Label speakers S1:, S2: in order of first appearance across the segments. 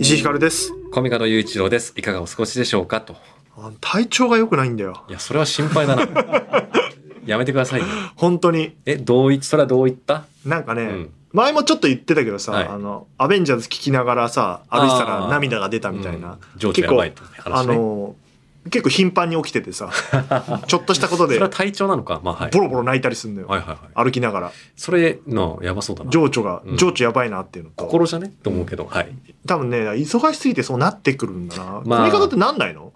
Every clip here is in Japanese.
S1: 石井ひかるです
S2: 上門雄一郎です。いかがお過ごしでしょうかと。
S1: あ体調が良くないんだよ
S2: いや、それは心配 だな。やめてくださいね。
S1: 本当に
S2: え、どうい、それはどういった
S1: なんかね、
S2: うん
S1: 前もちょっと言ってたけどさ、
S2: はい
S1: あのアベンジャーズ聞きながらさ歩いてたら
S2: あー
S1: 涙が出たみたいな、
S2: うん情緒やばいと
S1: 結構あ
S2: 話ね
S1: の結構頻繁に起きてて さちょっとしたこと
S2: それ
S1: で
S2: は体調なのか。まあ、はい。
S1: ボロボロ泣いたりするのよ、
S2: はいはいはい。
S1: 歩きながら
S2: それの、やばそうだな。
S1: 情緒が、
S2: うん
S1: 情緒やばいなっていうのと
S2: 心じゃねと思うけど。はい。
S1: 多分ね忙しすぎてそうなってくるんだな、
S2: まあ
S1: この言い方ってなんないの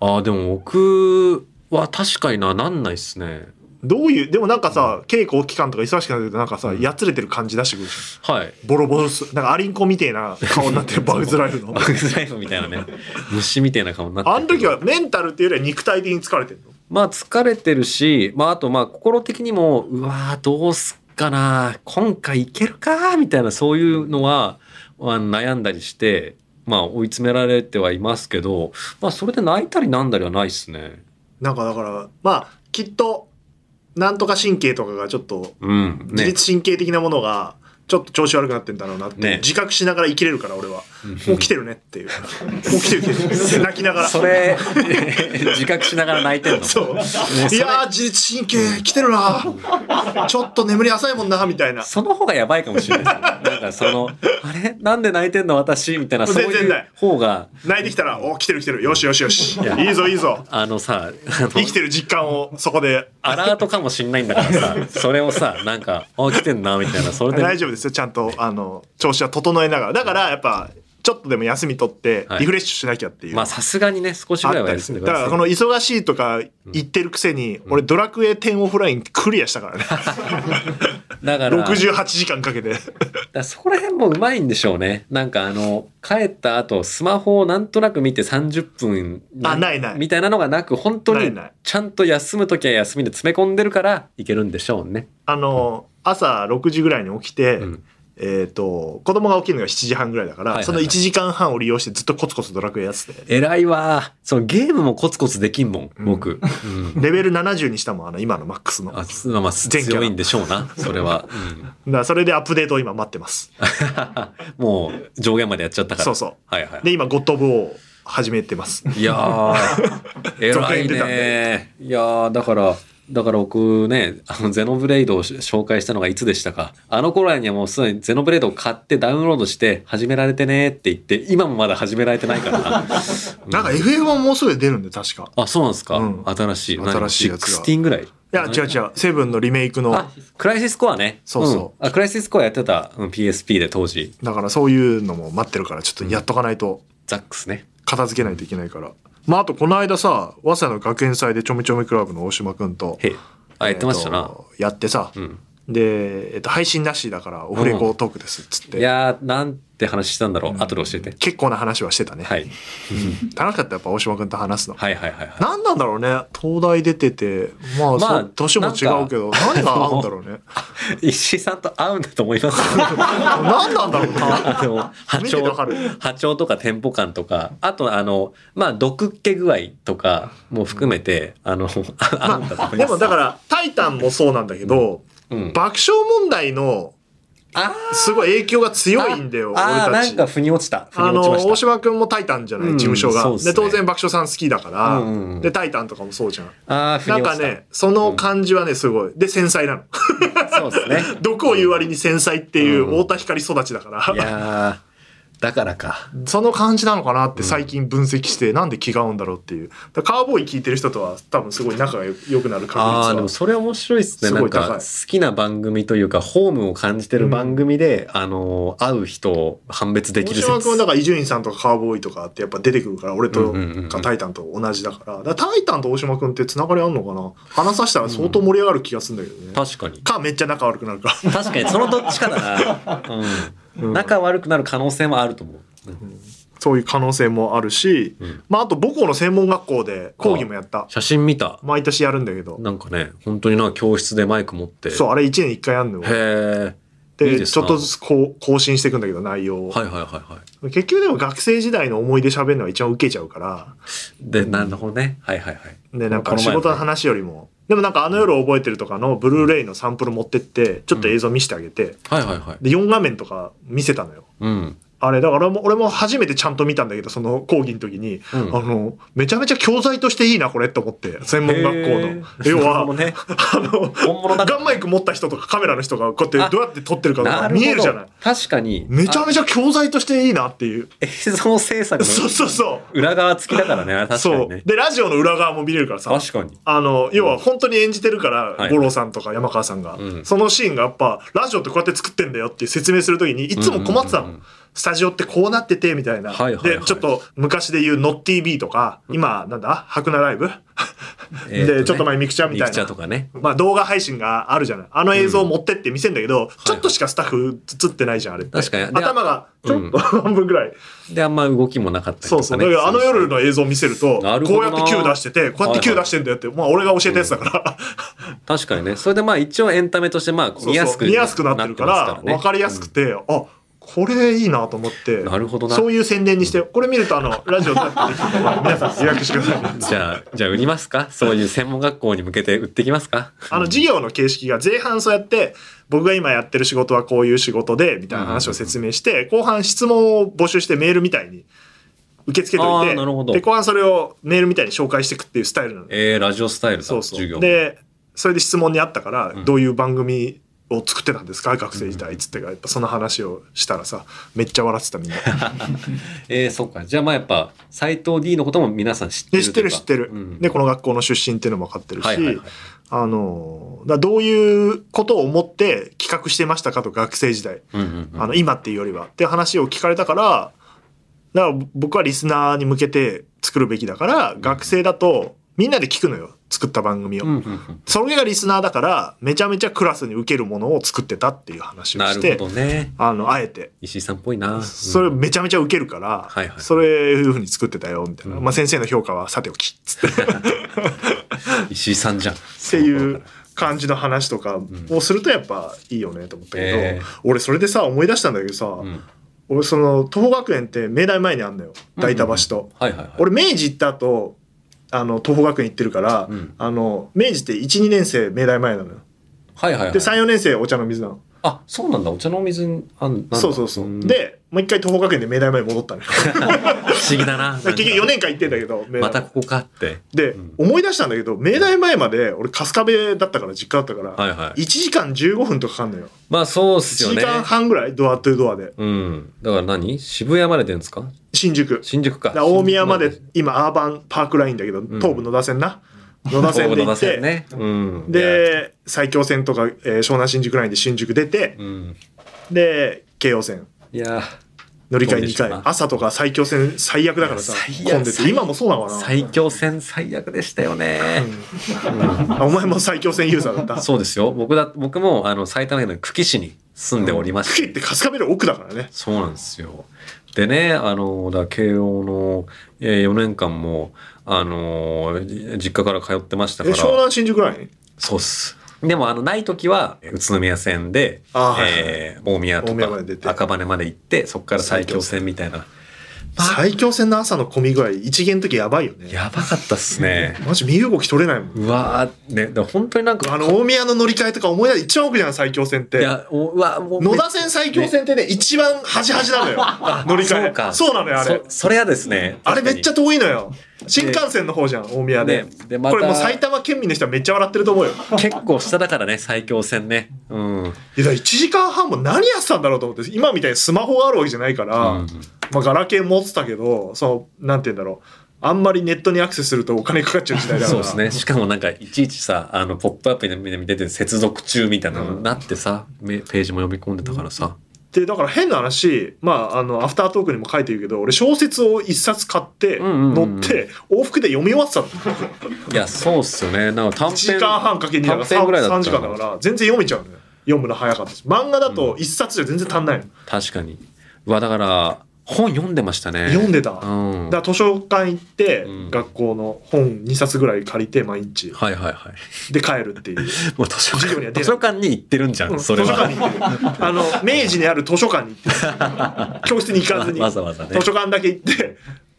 S2: ああ、でも僕は確かにな、なんないっすね。
S1: どういうでもなんかさ、稽古期間とか忙しくなってくるとなんかさ、
S2: うん
S1: やつれてる感じ出してくるじ
S2: はい。
S1: ゃんボロボロすなんかアリンコみてえな顔にな ってるバグズライフの
S2: バグズライフみたいなね。虫みたいな顔になってる
S1: あの時はメンタルっていうよりは肉体的に疲れてるの
S2: まあ疲れてるし、まああとまあ心的にも、うわーどうすっかな今回いけるかみたいなそういうのは、まあ、悩んだりして、まあ追い詰められてはいますけど、まあそれで泣いたりなんだりはないですね。
S1: なんかだからまあきっとなんとか神経とかがちょっと
S2: うん。
S1: 自
S2: ね。
S1: 律神経的なものがちょっと調子悪くなってんだろうなって、
S2: ね
S1: 自覚しながら生きれるから俺はもう来てるねっていうもう来てる来てる泣きながら
S2: それ、 自覚しながら泣いてんの
S1: そう。
S2: そ
S1: い
S2: れ
S1: やー、自律神経来てるなちょっと眠り浅いもんなみたいな。
S2: その方がやばいかもしれないですね。なんかその、あれなんで泣いてんの私みたいな、そう
S1: 全然
S2: い
S1: な
S2: う
S1: い
S2: 方が、
S1: 泣いてきたら、お、来てる来てる。よしよしよし。
S2: や
S1: いいぞいいぞ。
S2: あのさ、あの
S1: 生きてる実感をそこで。
S2: アラートかもしんないんだからさ、 それをさ、なんか、あ、来てんな、みたいな、それで。
S1: 大丈夫ですよ。ちゃんと、あの、調子は整えながら。だから、やっぱ、ちょっとでも休み取って、
S2: はい
S1: リフレッシュしなきゃっていう。
S2: まあ、さすがにね、少しぐらい
S1: あっ
S2: は
S1: たり
S2: 休
S1: す
S2: んで
S1: る
S2: く
S1: だ
S2: だ
S1: か
S2: さ
S1: ら
S2: い。
S1: この忙しいとか言ってるくせに、俺ドラクエ10オフラインクリアした からね
S2: だから、
S1: 68時間かけて
S2: だからそこら辺もうまいんでしょうね。なんか、あの、帰った後、スマホをなんとなく見て30分、
S1: あないない
S2: みたいなのがなく、本当
S1: ない
S2: に
S1: ない、
S2: ちゃんと休むときは休みで詰め込んでるから、いけるんでしょうね。
S1: あの朝6時ぐらいに起きて、
S2: うん
S1: えっ、と、子供が起きるのが7時半ぐらいだから、
S2: はいはいはい
S1: その1時間半を利用してずっとコツコツドラクエやってて、
S2: 偉いわ。そのゲームもコツコツできんもん、
S1: うん
S2: 僕。うん
S1: レベル70にしたもん、あの、今のマックスの。だ
S2: あ
S1: か
S2: まあまあ、
S1: 全キャラ
S2: 強いんでしょうな、それは。
S1: らそれでアップデートを今待ってます。
S2: うんもう、上限までやっちゃったから。
S1: そうそう
S2: はいはい。
S1: で、今、ゴッド・オブ・ウォーを始めてます。
S2: いやー、 偉い
S1: 続編出たん
S2: ね。いやー、だから、だから僕ね、あの、ゼノブレイドを紹介したのがいつでしたか。あの頃にはもうすでにゼノブレイドを買ってダウンロードして始められてねって言って、今もまだ始められてないからな。
S1: なんか FF ももうすぐ出るんで、確か。
S2: あ、そうなんですか、
S1: うん
S2: 新しい。
S1: 新しいやつが
S2: 16ぐらい。い
S1: いや、違う違う、セブンのリメイクの、
S2: あ、クライシスコアね。
S1: そうそ
S2: んあ、クライシスコアやってた、うん、PSP で当時。
S1: だからそういうのも待ってるから、ちょっとやっとかないと、
S2: ザックスね。
S1: 片付けないといけないから。まあ、あと、この間さ、早稲田の学園祭でちょめちょめクラブの大島くんと、
S2: へいあ、やってました
S1: えー
S2: な。
S1: とやってさ、
S2: うん。
S1: で、えっと、配信なしだからオフレコトークですっつっ
S2: い
S1: て、
S2: やー、なんて話したんだろう。後で教えて。
S1: 結構な話はしてたね、
S2: はい。
S1: 楽しかったやっぱ大島君と話すの、
S2: はいはいはいはい。
S1: 何なんだろうね東大出ててまあ、
S2: まあ
S1: そう年も違うけど何が合うんだろう ね
S2: 石井さんと合うんだと思いま すよ
S1: 何なんだろうな
S2: あの波
S1: 見ててわ
S2: 長
S1: かる
S2: 波長とかテンポ感とかあとあのまあ毒っ気具合とかも含めてあの合うんだと
S1: ま
S2: 思
S1: あ
S2: いま
S1: ですもだから「タイタン」もそうなんだけど、
S2: うん
S1: 爆笑問題の
S2: あ
S1: すごい影響が強いんだよ
S2: ー
S1: 俺
S2: あー
S1: た
S2: なん
S1: ち
S2: か。腑に落ちた腑に
S1: あ
S2: 落
S1: の
S2: ちました
S1: 大島君も「タイタン」じゃない、
S2: うん
S1: 事務所が
S2: そうっ
S1: で、
S2: すね
S1: 当然爆笑さん好きだから、
S2: うんうんうん
S1: で「タイタン」とかもそうじゃん
S2: あー腑
S1: な
S2: に
S1: ん
S2: 落
S1: か
S2: ちた
S1: ねその感じはねすごいで繊細なの
S2: そうですね
S1: 毒を言う割に繊細っていう
S2: うん
S1: 太田光育ちだから、
S2: いやーだからか
S1: その感じなのかなって最近分析して、なんで気が合うんだろうっていう。だからカーボーイ聞いてる人とは多分すごい仲が良くなる確率
S2: あ
S1: は。
S2: あーでもそれ面白いですね
S1: す
S2: な
S1: ごい
S2: ん
S1: 高い
S2: か好きな番組というかホームを感じてる番組で、あの会う人を判別でき
S1: 大島
S2: る
S1: 君はだ
S2: 説
S1: から伊集院さんとかカーボーイとかってやっぱ出てくるから俺と
S2: うんうんうんうん
S1: かタイタンと同じだからだからタイタンと大島君ってつながりあんのかな話させたら相当盛り上がる気がするんだけどね、
S2: 確かに
S1: かめっちゃ仲悪くなるか
S2: 確かにそのどっちかだな、うん仲悪くなる可能性もあると思う、
S1: そういう可能性もあるし、
S2: うん
S1: まああと母校の専門学校で講義もやった
S2: 写真見た
S1: 毎年やるんだけど
S2: なんかね本当にな教室でマイク持って
S1: そうあれ1年1回やんのよ
S2: へえいい
S1: で
S2: です
S1: ち
S2: な
S1: ょっとずつこう更新していくんだけど内容を、
S2: はいはいはいはい。
S1: 結局でも学生時代の思い出喋るのが一番受けちゃうから
S2: で、なるほどね。はいはいはい。
S1: でなん
S2: こ
S1: か
S2: の
S1: 仕
S2: 前もね
S1: 事の話よりもでもなんかあの夜覚えてるとかのブルーレイのサンプル持ってってちょっと映像見せてあげて
S2: はいはいはい。
S1: で4画面とか見せたのよ
S2: うん。
S1: あれだから俺も俺も初めてちゃんと見たんだけどその講義の時に
S2: うん
S1: あのめちゃめちゃ教材としていいなこれって思って専門学校の
S2: へー
S1: 要
S2: なる
S1: は
S2: ほどね、
S1: あの
S2: 本物だ
S1: ガンマイク持った人とかカメラの人がこうやってどうやって撮ってるかと
S2: な
S1: か
S2: るほど
S1: 見えるじゃない
S2: 確かに。
S1: めちゃ
S2: あ
S1: めちゃ教材としていいなっていう
S2: 映像制作
S1: そう
S2: の
S1: そうそう
S2: 裏側付きだからね。確か
S1: そ
S2: に
S1: う
S2: ね。
S1: でラジオの裏側も見れるからさ
S2: 確かに。
S1: あの要は本当に演じてるから、
S2: はい
S1: 五郎さんとか山川さんが、
S2: うん
S1: そのシーンがやっぱラジオってこうやって作ってんだよっていう説明するときにいつも困ってたの、
S2: うんうんうんうん
S1: スタジオってこうなっててみたいな、
S2: はいはいはい
S1: でちょっと昔で言う「NotTV」とか今なんだ「白菜ライブ」
S2: えーとね
S1: でちょっと前ミクちゃんみたいな
S2: ミクチャとかね。
S1: まあ動画配信があるじゃないあの映像を持ってって見せんだけど、ちょっとしかスタッフ映ってないじゃんあれって
S2: 確かにで
S1: 頭がちょっと半分ぐらい、
S2: で、あんま動きもなかったりとか
S1: そう
S2: ね。
S1: そう。だからあの夜の映像を見せると、
S2: なるほ
S1: こ
S2: ど
S1: うや
S2: な
S1: って Q 出してて、こうやって
S2: は
S1: Q
S2: いはい
S1: 出してんだよって、まあ俺が教えたやつだから、
S2: 確かにね。それでまあ一応エンタメとしてまあ
S1: そう
S2: 見やす
S1: そう
S2: く
S1: 見やすくなってるから、
S2: ね
S1: わかりやすくて、あ、これいいなと思って、
S2: なるほどな
S1: そういう宣伝にして、これ見るとあの、ラジオになってるから皆さん予約してください。
S2: じゃあ、じゃあ売りますかそういう専門学校に向けて売ってきますか
S1: あの事業の形式が前半そうやって僕が今やってる仕事はこういう仕事でみたいな話を説明して後半質問を募集してメールみたいに受け付けとい
S2: あーなるほ
S1: て
S2: ど
S1: で後半それをメールみたいに紹介していくっていうスタイルなの
S2: えー、ラジオスタイルだ
S1: そうそ
S2: 授業
S1: う
S2: も
S1: でそれで質問にあったから、
S2: ん
S1: どういう番組を作ってたんですか学生時代っつってがやっぱその話をしたらさめっちゃ笑ってたみん な
S2: えー、そうか。じゃあまあやっぱ、斎藤 D のことも皆さん知って
S1: で
S2: る
S1: 知ってる知ってる、でこ
S2: の
S1: の学校の出身っていうのも分かってるし、
S2: はいはいはい、
S1: あのだからどういうことを思って企画してましたかと学生時代
S2: うんうんうん
S1: あの今っていうよりはって話を聞かれたからだから僕はリスナーに向けて作るべきだから学生だとみんなで聞くのよ作った番組を、
S2: うんうんうん
S1: それがリスナーだからめちゃめちゃクラスに受けるものを作ってたっていう話を
S2: な
S1: し
S2: る
S1: て
S2: ほどね。
S1: あのあえて
S2: 石井さんっぽいな。
S1: それ
S2: うん
S1: めちゃめちゃ受けるから、
S2: はいはい
S1: そういうふうに作ってたよみたいな、
S2: うん
S1: まあ、先生の評価はさておきっつってっ
S2: 石井さんじゃん。って
S1: いう。感じの話とかをするとやっぱいいよねと思ったけど、
S2: えー
S1: 俺それでさ思い出したんだけどさ、
S2: うん、
S1: 俺その東邦学園って明大前にあんのよ代田橋と、
S2: はいはいはい。
S1: 俺明治行った後あの東邦学園行ってるから、
S2: うん
S1: あの明治って12年生明大前なのよ
S2: はいはいはい。
S1: で34年生お茶の水なの
S2: あ、そうなんだ。お茶の水にあんなんだ
S1: そうそうそう、
S2: ん
S1: でもう一回東邦学園で明大前に戻った のよ
S2: 不思議だな。
S1: 結局4年間行ってんだけど明大
S2: またここかって。
S1: で、
S2: ん
S1: 思い出したんだけど明大前まで俺春日部だったから実家だったから、
S2: はいはい。
S1: 1時間15分とかかかんのよ
S2: まあそうっす
S1: 1
S2: よ
S1: 時
S2: ね。
S1: 間半ぐらいドアトゥドアで
S2: うん。だから何渋谷まで出るんですか
S1: 新宿
S2: 新宿か。
S1: だから大宮ま
S2: 新
S1: で
S2: 宿
S1: 今アーバンパークラインだけど
S2: ん
S1: 東武野田線な、野田
S2: まで。
S1: 線で
S2: 東武
S1: 行
S2: 野
S1: っ
S2: 田
S1: て、
S2: 線ね。うん。いや、
S1: で埼京線とか、えー湘南新宿ラインで新宿出て、
S2: うん。
S1: で京王線
S2: いや、
S1: 乗り換え
S2: そうで
S1: 2
S2: した
S1: 回
S2: な
S1: 朝とか埼京線最悪だからさ
S2: 最悪
S1: 混んでて
S2: 最
S1: 今もそうなのかな、
S2: 最強戦最悪でしたよね。
S1: あお前も埼京線ユーザーだった
S2: そうですよ。僕だ、僕も、あの、埼玉県の久喜市に住んでおりまし
S1: 久
S2: て。
S1: 喜って春日部の奥だからね
S2: そうなんですよ。でね、あの、だから慶応の、えー、4年間も、あのー、じ実家から通ってました
S1: え
S2: から。
S1: 湘南新宿ライン
S2: そうっす。でも、あの、ない時は、宇都宮線で、
S1: あーはいはい
S2: えー大宮と
S1: 大宮まで出て
S2: か赤羽まで行って、そこから埼京線みたいな。まあ
S1: 埼京線の朝の混み具合一元の時やばいよね
S2: やばかったっすね。
S1: マジ身動き取れないもん
S2: うわー、ね、だから本当になんか、
S1: あの大宮の乗り換えとか思い出一番奥じゃん埼京線っ
S2: い
S1: て
S2: や、おうわ、もう
S1: 野田線埼京線ってね一番端々 なのよ乗り換え
S2: そう
S1: な
S2: か。
S1: のよあれ
S2: そそれはですね。
S1: あれめっちゃ
S2: 確
S1: 遠いのよ。新幹線の方じゃん、大宮で。
S2: ねでま
S1: こ
S2: た
S1: れもう埼玉県民の人はめっちゃ笑ってると思うよ。
S2: かに結構下だからね、最強戦ね。うん。
S1: いや、1時間半も何やってたんだろうと思って、今みたいにスマホがあるわけじゃないから、
S2: うん
S1: まあ、ガラケー持ってたけど、その、なんて言うんだろう。あんまりネットにアクセスするとお金かかっちゃう時代だか
S2: そう
S1: ら。
S2: ですね。しかもなんか、いちいちさ、あの、ポップアップに出てる接続中みたいなのになってさ、めページも読み込んでたからさ。
S1: で、だから変な話、まあ、あの、アフタートークにも書いてるけど、俺小説を一冊買って、
S2: うんうんうん
S1: 乗って、往復で読み終わってたの。
S2: いや、そうっすよね。なんか短編。
S1: 1時間半かけにだから
S2: 短編ぐらいだった
S1: 3, 時間だから、全然読めちゃうのよ。読むの早かったし。漫画だと一冊じゃ全然足んないの。
S2: 確かに。うわ、だから、本読んでましたね。
S1: 読ん
S2: で
S1: でた、
S2: うん。
S1: だから図書館行って、
S2: うん
S1: 学校の本2冊ぐらい借りて毎日
S2: はいはいはい。
S1: で帰るっていう、
S2: もう図書
S1: 授業には出
S2: 館
S1: ない
S2: 図書館に行ってるんじゃ
S1: うん
S2: ん、
S1: 図書
S2: それは。
S1: 館に行ってるあの明治にある図書館に行ってる 教室に行かずに
S2: わわざわざね
S1: 図。書館だけ行って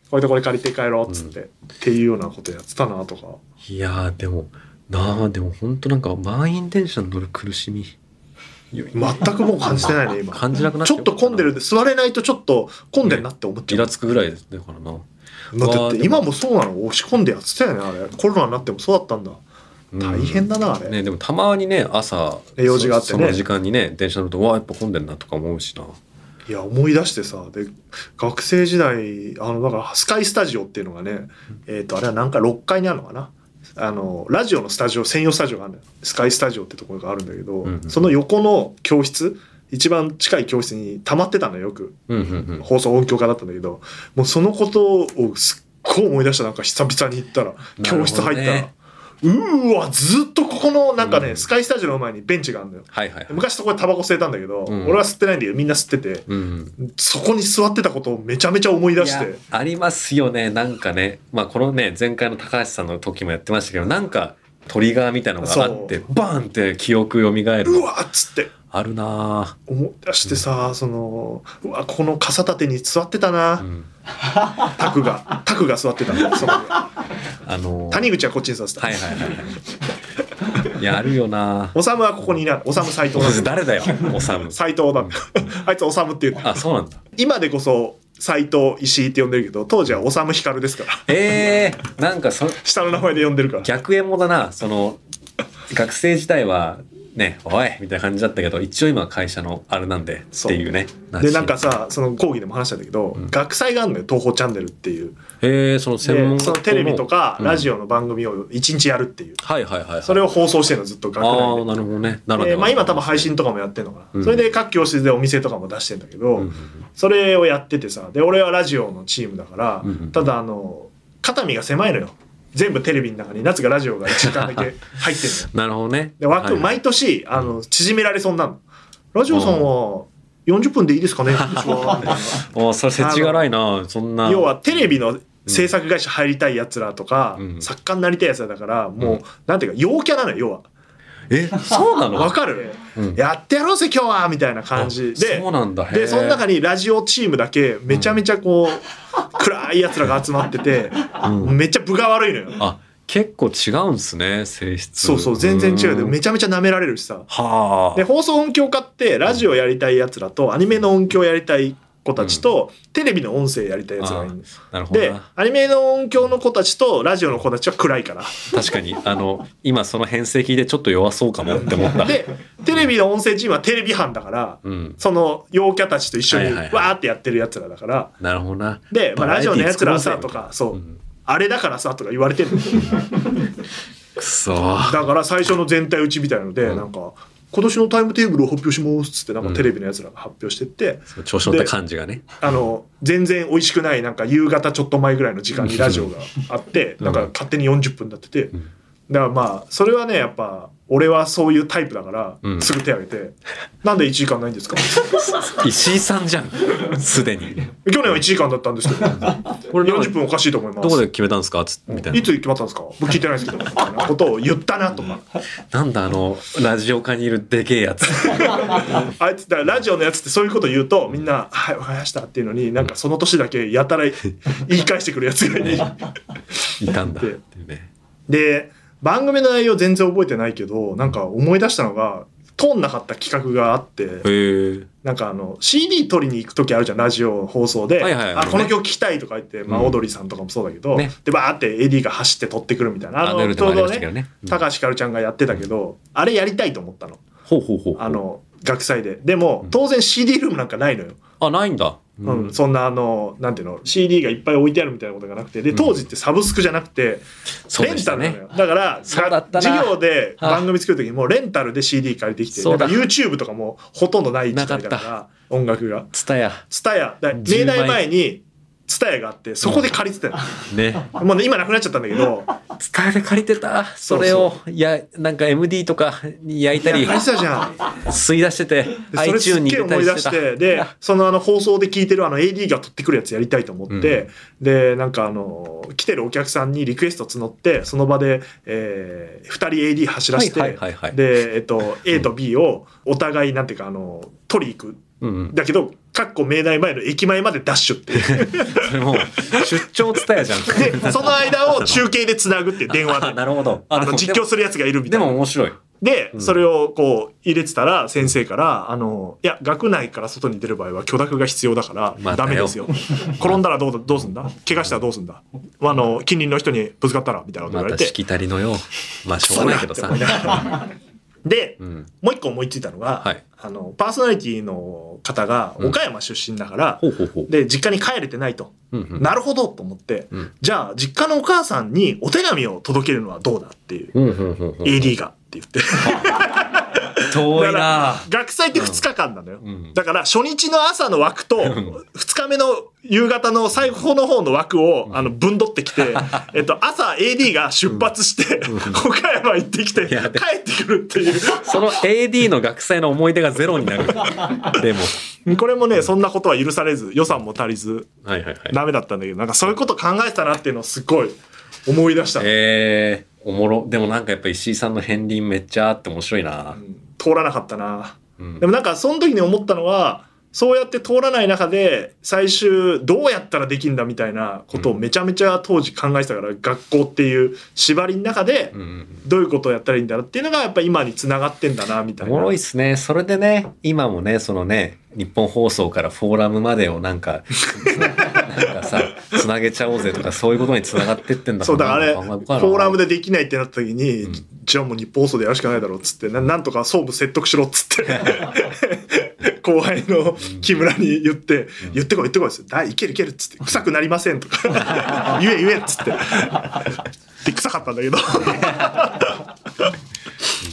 S1: これとこれ借りて帰ろうっつって、っていうようなことやってたなとか
S2: いやー、でも、なあ、でも本当なんか満員電車に乗る苦しみ。
S1: 全くもう感じてないね今
S2: 感じなくなっ
S1: ち
S2: て
S1: ょっと混んでるんで座れないとちょっと混んでんなって思っち
S2: イ
S1: ゃう
S2: ラ、つくぐらいですね、だからな。
S1: だってだっ
S2: わあ
S1: て
S2: でも
S1: 今もそうなの押し込んでやってたよねあれコロナになってもそうだったんだ
S2: うん
S1: 大変だなあれ、
S2: ね、でもたまにね、朝、
S1: え用事があってね
S2: そその時間にね、電車乗ると、うわあ、やっぱ混んでんなとか思うしな。
S1: いや思い出してさで学生時代あのだからスカイスタジオっていうのがね、えっとあれはなんか6階にあるのかなあのラジオのスタジオ専用スタジオがあるのよスカイスタジオってところがあるんだけど、
S2: うんうん
S1: その横の教室一番近い教室に溜まってたのよよく
S2: うんうんうん。
S1: 放送音響家だったんだけどもうそのことをすっごい思い出したなんか久々に行ったら
S2: どね
S1: 教室入ったら、うーわずっとここのなんかね、
S2: うん
S1: スカイスタジオの前にベンチがあるのよ
S2: はいはいはい。
S1: 昔そこでタバコ吸えたんだけど、
S2: うん
S1: 俺は吸ってないんだけどみんな吸ってて、
S2: うん。
S1: そこに座ってたことをめちゃめちゃ思い出し
S2: い
S1: て
S2: や。ありますよね、なんかね。まあ、このね、前回の高橋さんの時もやってましたけど、なんか、トリガーみたいなのがあって
S1: そ、
S2: バーンって記憶蘇る
S1: う
S2: の
S1: わっつって
S2: あるな
S1: 思い出してさ、そのうわこの傘立てに座ってたな、
S2: ぁうん。
S1: タクがタクが座ってた のそこに
S2: あのー
S1: 谷口はこっちに座ってた、
S2: はいはいはいはい。いや、あるよなぁ
S1: おさむはここにいないおさむ斎藤だ
S2: 誰だよ、おさ む。
S1: 斎藤だ、 あいつおさむっていう
S2: あ、そうなんだ。
S1: 今でこそ斎藤石井って呼んでるけど当時はおさむひかるですから
S2: ええー、なんかそ、
S1: 下の名前で呼んでるから
S2: 逆エモだな、その、学生時代は、ね、おいみたいな感じだったけど、一応今は会社のあれなんで、っ
S1: そう
S2: ていうね。
S1: でなんか、さその講義でも話したんだけど、
S2: うん
S1: 学祭があるのよ東宝チャンネルっていう
S2: えー、その
S1: で
S2: 専門学校
S1: その
S2: の
S1: テレビとか
S2: うん
S1: ラジオの番組を一日やるっていう、
S2: はいはいはい、はい。
S1: それを放送してるのずっと学
S2: ああー、
S1: 内
S2: なるほどね。なるほ
S1: で。
S2: ど。
S1: でまあ、今多分配信とかもやってるのかな、
S2: うん
S1: それで各教室でお店とかも出してんだけど、
S2: うんうんうん。
S1: それをやっててさで俺はラジオのチームだから、
S2: うんうん
S1: ただあの肩身が狭いのよ全部テレビの中に夏がラジオが1時 間だけ入ってるのよ
S2: なるほどね。
S1: で枠、
S2: はい
S1: 毎年あの縮められそうになるのラジオさんは40分でいいですか ね、 私はみたいな
S2: おーそれ、せちがらいな、そんな。
S1: 要はテレビの制作会社入りたいやつらとか、
S2: うん
S1: 作家になりたいやつらだからもう、
S2: うん
S1: なんていうか陽キャなのよ要は
S2: え、そうなの
S1: わかる、
S2: うん
S1: やってやろうぜ今日はみたいな感じ
S2: あ
S1: で
S2: そうなんだ。へ
S1: で
S2: ー
S1: その中にラジオチームだけめちゃめちゃこう、暗いやつらが集まってて、
S2: うん
S1: めっちゃ分が悪いのよ、
S2: あ、結構違うんすね、性質。
S1: そうそう全然違うで
S2: ん
S1: めちゃめちゃ舐められるしさ
S2: はあ。
S1: で放送音響家ってラジオやりたいやつらとアニメの音響やりたい子たちと、テレビの音声やりたいやつらがいるんです
S2: なるほど
S1: で
S2: な。
S1: アニメの音響の子たちとラジオの子たちは暗いから
S2: 確かに、あの、今その編成聞いてちょっと弱そうかもって思った。
S1: でテレビの音声チームはテレビ班だから
S2: うん。
S1: その陽キャたちと一緒に
S2: はい
S1: わ
S2: はいはい
S1: ーってやってるやつらだから、
S2: なるほどな。
S1: で、まあ、
S2: バ
S1: ラ
S2: ラエ
S1: ジ
S2: ティ
S1: オのやつらはさ
S2: 作
S1: と
S2: ろうぜ
S1: かそう、
S2: うん
S1: あれだからさとか言われ てるの
S2: くそ。
S1: だから最初の全体打ちみたいので、
S2: うん
S1: なんか今年のタイムテーブルを発表しますっつってなん
S2: う
S1: か
S2: ん
S1: テレビのやつらが発表してって、
S2: 調子乗った感じがね。
S1: あの全然美味しくないなんか夕方ちょっと前ぐらいの時間にラジオがあって、
S2: うん
S1: なんか勝手に40分になってて、
S2: ん
S1: だからまあそれはねやっぱ俺はそういうタイプだから、
S2: うん
S1: すぐ手挙げて「なんで1時間ないんです か?」
S2: 石井さんじゃん。すでに。
S1: 去年は1時間だったんですけど
S2: これ
S1: 40分おかしいと思います。
S2: どこで決めたんですかつみたいない
S1: つ決まったんですか僕聞いてないですけどみたいなことを言ったなとか
S2: なんだあの、ラジオ科にいるでけえやつ。
S1: あいつだからラジオのやつってそういうこと言うとみんな「はいわかりました」っていうのになんかその年だけやたら言い返してくるやつがい て
S2: いたんだ。っていうね。
S1: で番組の内容全然覚えてないけどなんか思い出したのが通んなかった企画があって
S2: へえ。
S1: なんかあの CD 取りに行く時あるじゃんラジオ放送で「
S2: はいはいはい
S1: あこの曲聴きたい」とか言って、まあ、
S2: うん
S1: オドリーさんとかもそうだけど、
S2: ね
S1: でバーって AD が走って取ってくるみたいな
S2: アネルでもありましたけどね。うん
S1: 高橋ひかるちゃんがやってたけど、あれやりたいと思ったの
S2: ほうほうほう。
S1: あの学祭ででも
S2: うん
S1: 当然 CD ルームなんかないのよ、
S2: あ、ないんだ。う
S1: うんそんなあのなんていうの CD がいっぱい置いてあるみたいなことがなくてで当時ってサブスクじゃなくて、
S2: そう
S1: レ
S2: で
S1: ン
S2: し
S1: タ
S2: た
S1: ルなの
S2: ね。
S1: よだから
S2: そうだったな
S1: 授業で番組作る時にもうレンタルで CD 借りてきて
S2: そ
S1: な
S2: うん
S1: か
S2: だ
S1: YouTube とかもほとんどない時代だ
S2: な
S1: から音楽が。
S2: ツタヤ。
S1: ツタヤ明
S2: 10
S1: 大前にツタヤがあってそこで借りてたよ、
S2: ね。
S1: もうね今なくなっちゃったんだけど
S2: 伝えて借りてたそれをいやなんか MD とかに焼いたり
S1: いや借りてたじゃん
S2: 吸い出してて
S1: でそれす
S2: iTune
S1: っ
S2: に
S1: げえ
S2: 入れた
S1: 思い出
S2: りして
S1: したて でそのあの放送で聞いてるあの AD が取ってくるやつやりたいと思って、でなんかあの来てるお客さんにリクエスト募ってその場で、え2人 AD 走らせて、
S2: はいはいはいはい
S1: で、えっと、A と B をお互いなんていうかあの取り行く
S2: うんうん
S1: だけどかっこ明大前の駅前までダッシュっていう
S2: それもう出張伝 えじゃん
S1: でその間を中継でつなぐっていう電話
S2: あ
S1: で
S2: なるほど
S1: あの実況するやつがいるみた
S2: で
S1: いな
S2: も。面白い
S1: で、
S2: うん
S1: それをこう入れてたら先生から「あのいや学内から外に出る場合は許諾が必要だから
S2: まあ
S1: ダメですよ」転んだらどうだどうすんだ怪我したらどうすんだあの近隣の人にぶつかったら」みたいなこと
S2: ま
S1: 言わ
S2: た
S1: れ
S2: してきたりのようまあしょうがないけどさ
S1: クソだって思いながらで
S2: うん
S1: もう一個思いついたのが、
S2: はい
S1: あのパーソナリティの方が
S2: うん
S1: 岡山出身だから、
S2: ほうほうほう
S1: で実家に帰れてないと、
S2: うんうん
S1: なるほどと思って、
S2: うん
S1: じゃあ実家のお母さんにお手紙を届けるのはどうだっていう、
S2: うんうんうんうん
S1: AD がって言って。
S2: 遠
S1: だか
S2: いな
S1: ら学祭って2日間なのよ、
S2: うん
S1: だから初日の朝の枠と2日目の夕方の最後の方の枠をあの分取ってき て、えっと、朝 AD が出発して、岡山行ってきて
S2: いやで
S1: 帰ってくるっていう
S2: その AD の学生の思い出がゼロに なるでも
S1: これもねそんなことは許されず予算も足りず
S2: はいはいはい
S1: ダメだったんだけどなんかそういうこと考えてたなっていうのをすごい思い出した、
S2: えー、おもろでもなんかやっぱ石井さんの片鱗めっちゃあって面白いな
S1: うん通らなかったな
S2: うん
S1: でもなんかその時に思ったのはそうやって通らない中で最終どうやったらできんだみたいなことをめちゃめちゃ当時考えてたから、学校っていう縛りの中で
S2: うんうん
S1: どういうことをやったらいいんだろうっていうのがやっぱ今につながってんだなみた
S2: お
S1: い
S2: も
S1: な
S2: ろいっすねそれでね今もねそのね日本放送からフォーラムまでをなん かなんかさつなげちゃおうぜとかそういうことにつながってってんだ
S1: そうだからあれフ
S2: 考え
S1: ォ
S2: 深いな
S1: ーラムでできないってなった時に、
S2: うん
S1: じゃあもう日本放送でやるしかないだろうっつってななんとか総務説得しろっつ って後輩の木村に言って「言ってこい言ってこい」っつって「あいけるいける」っつって「臭くなりません」とか「 言え言え」っつってで臭かったんだけ ど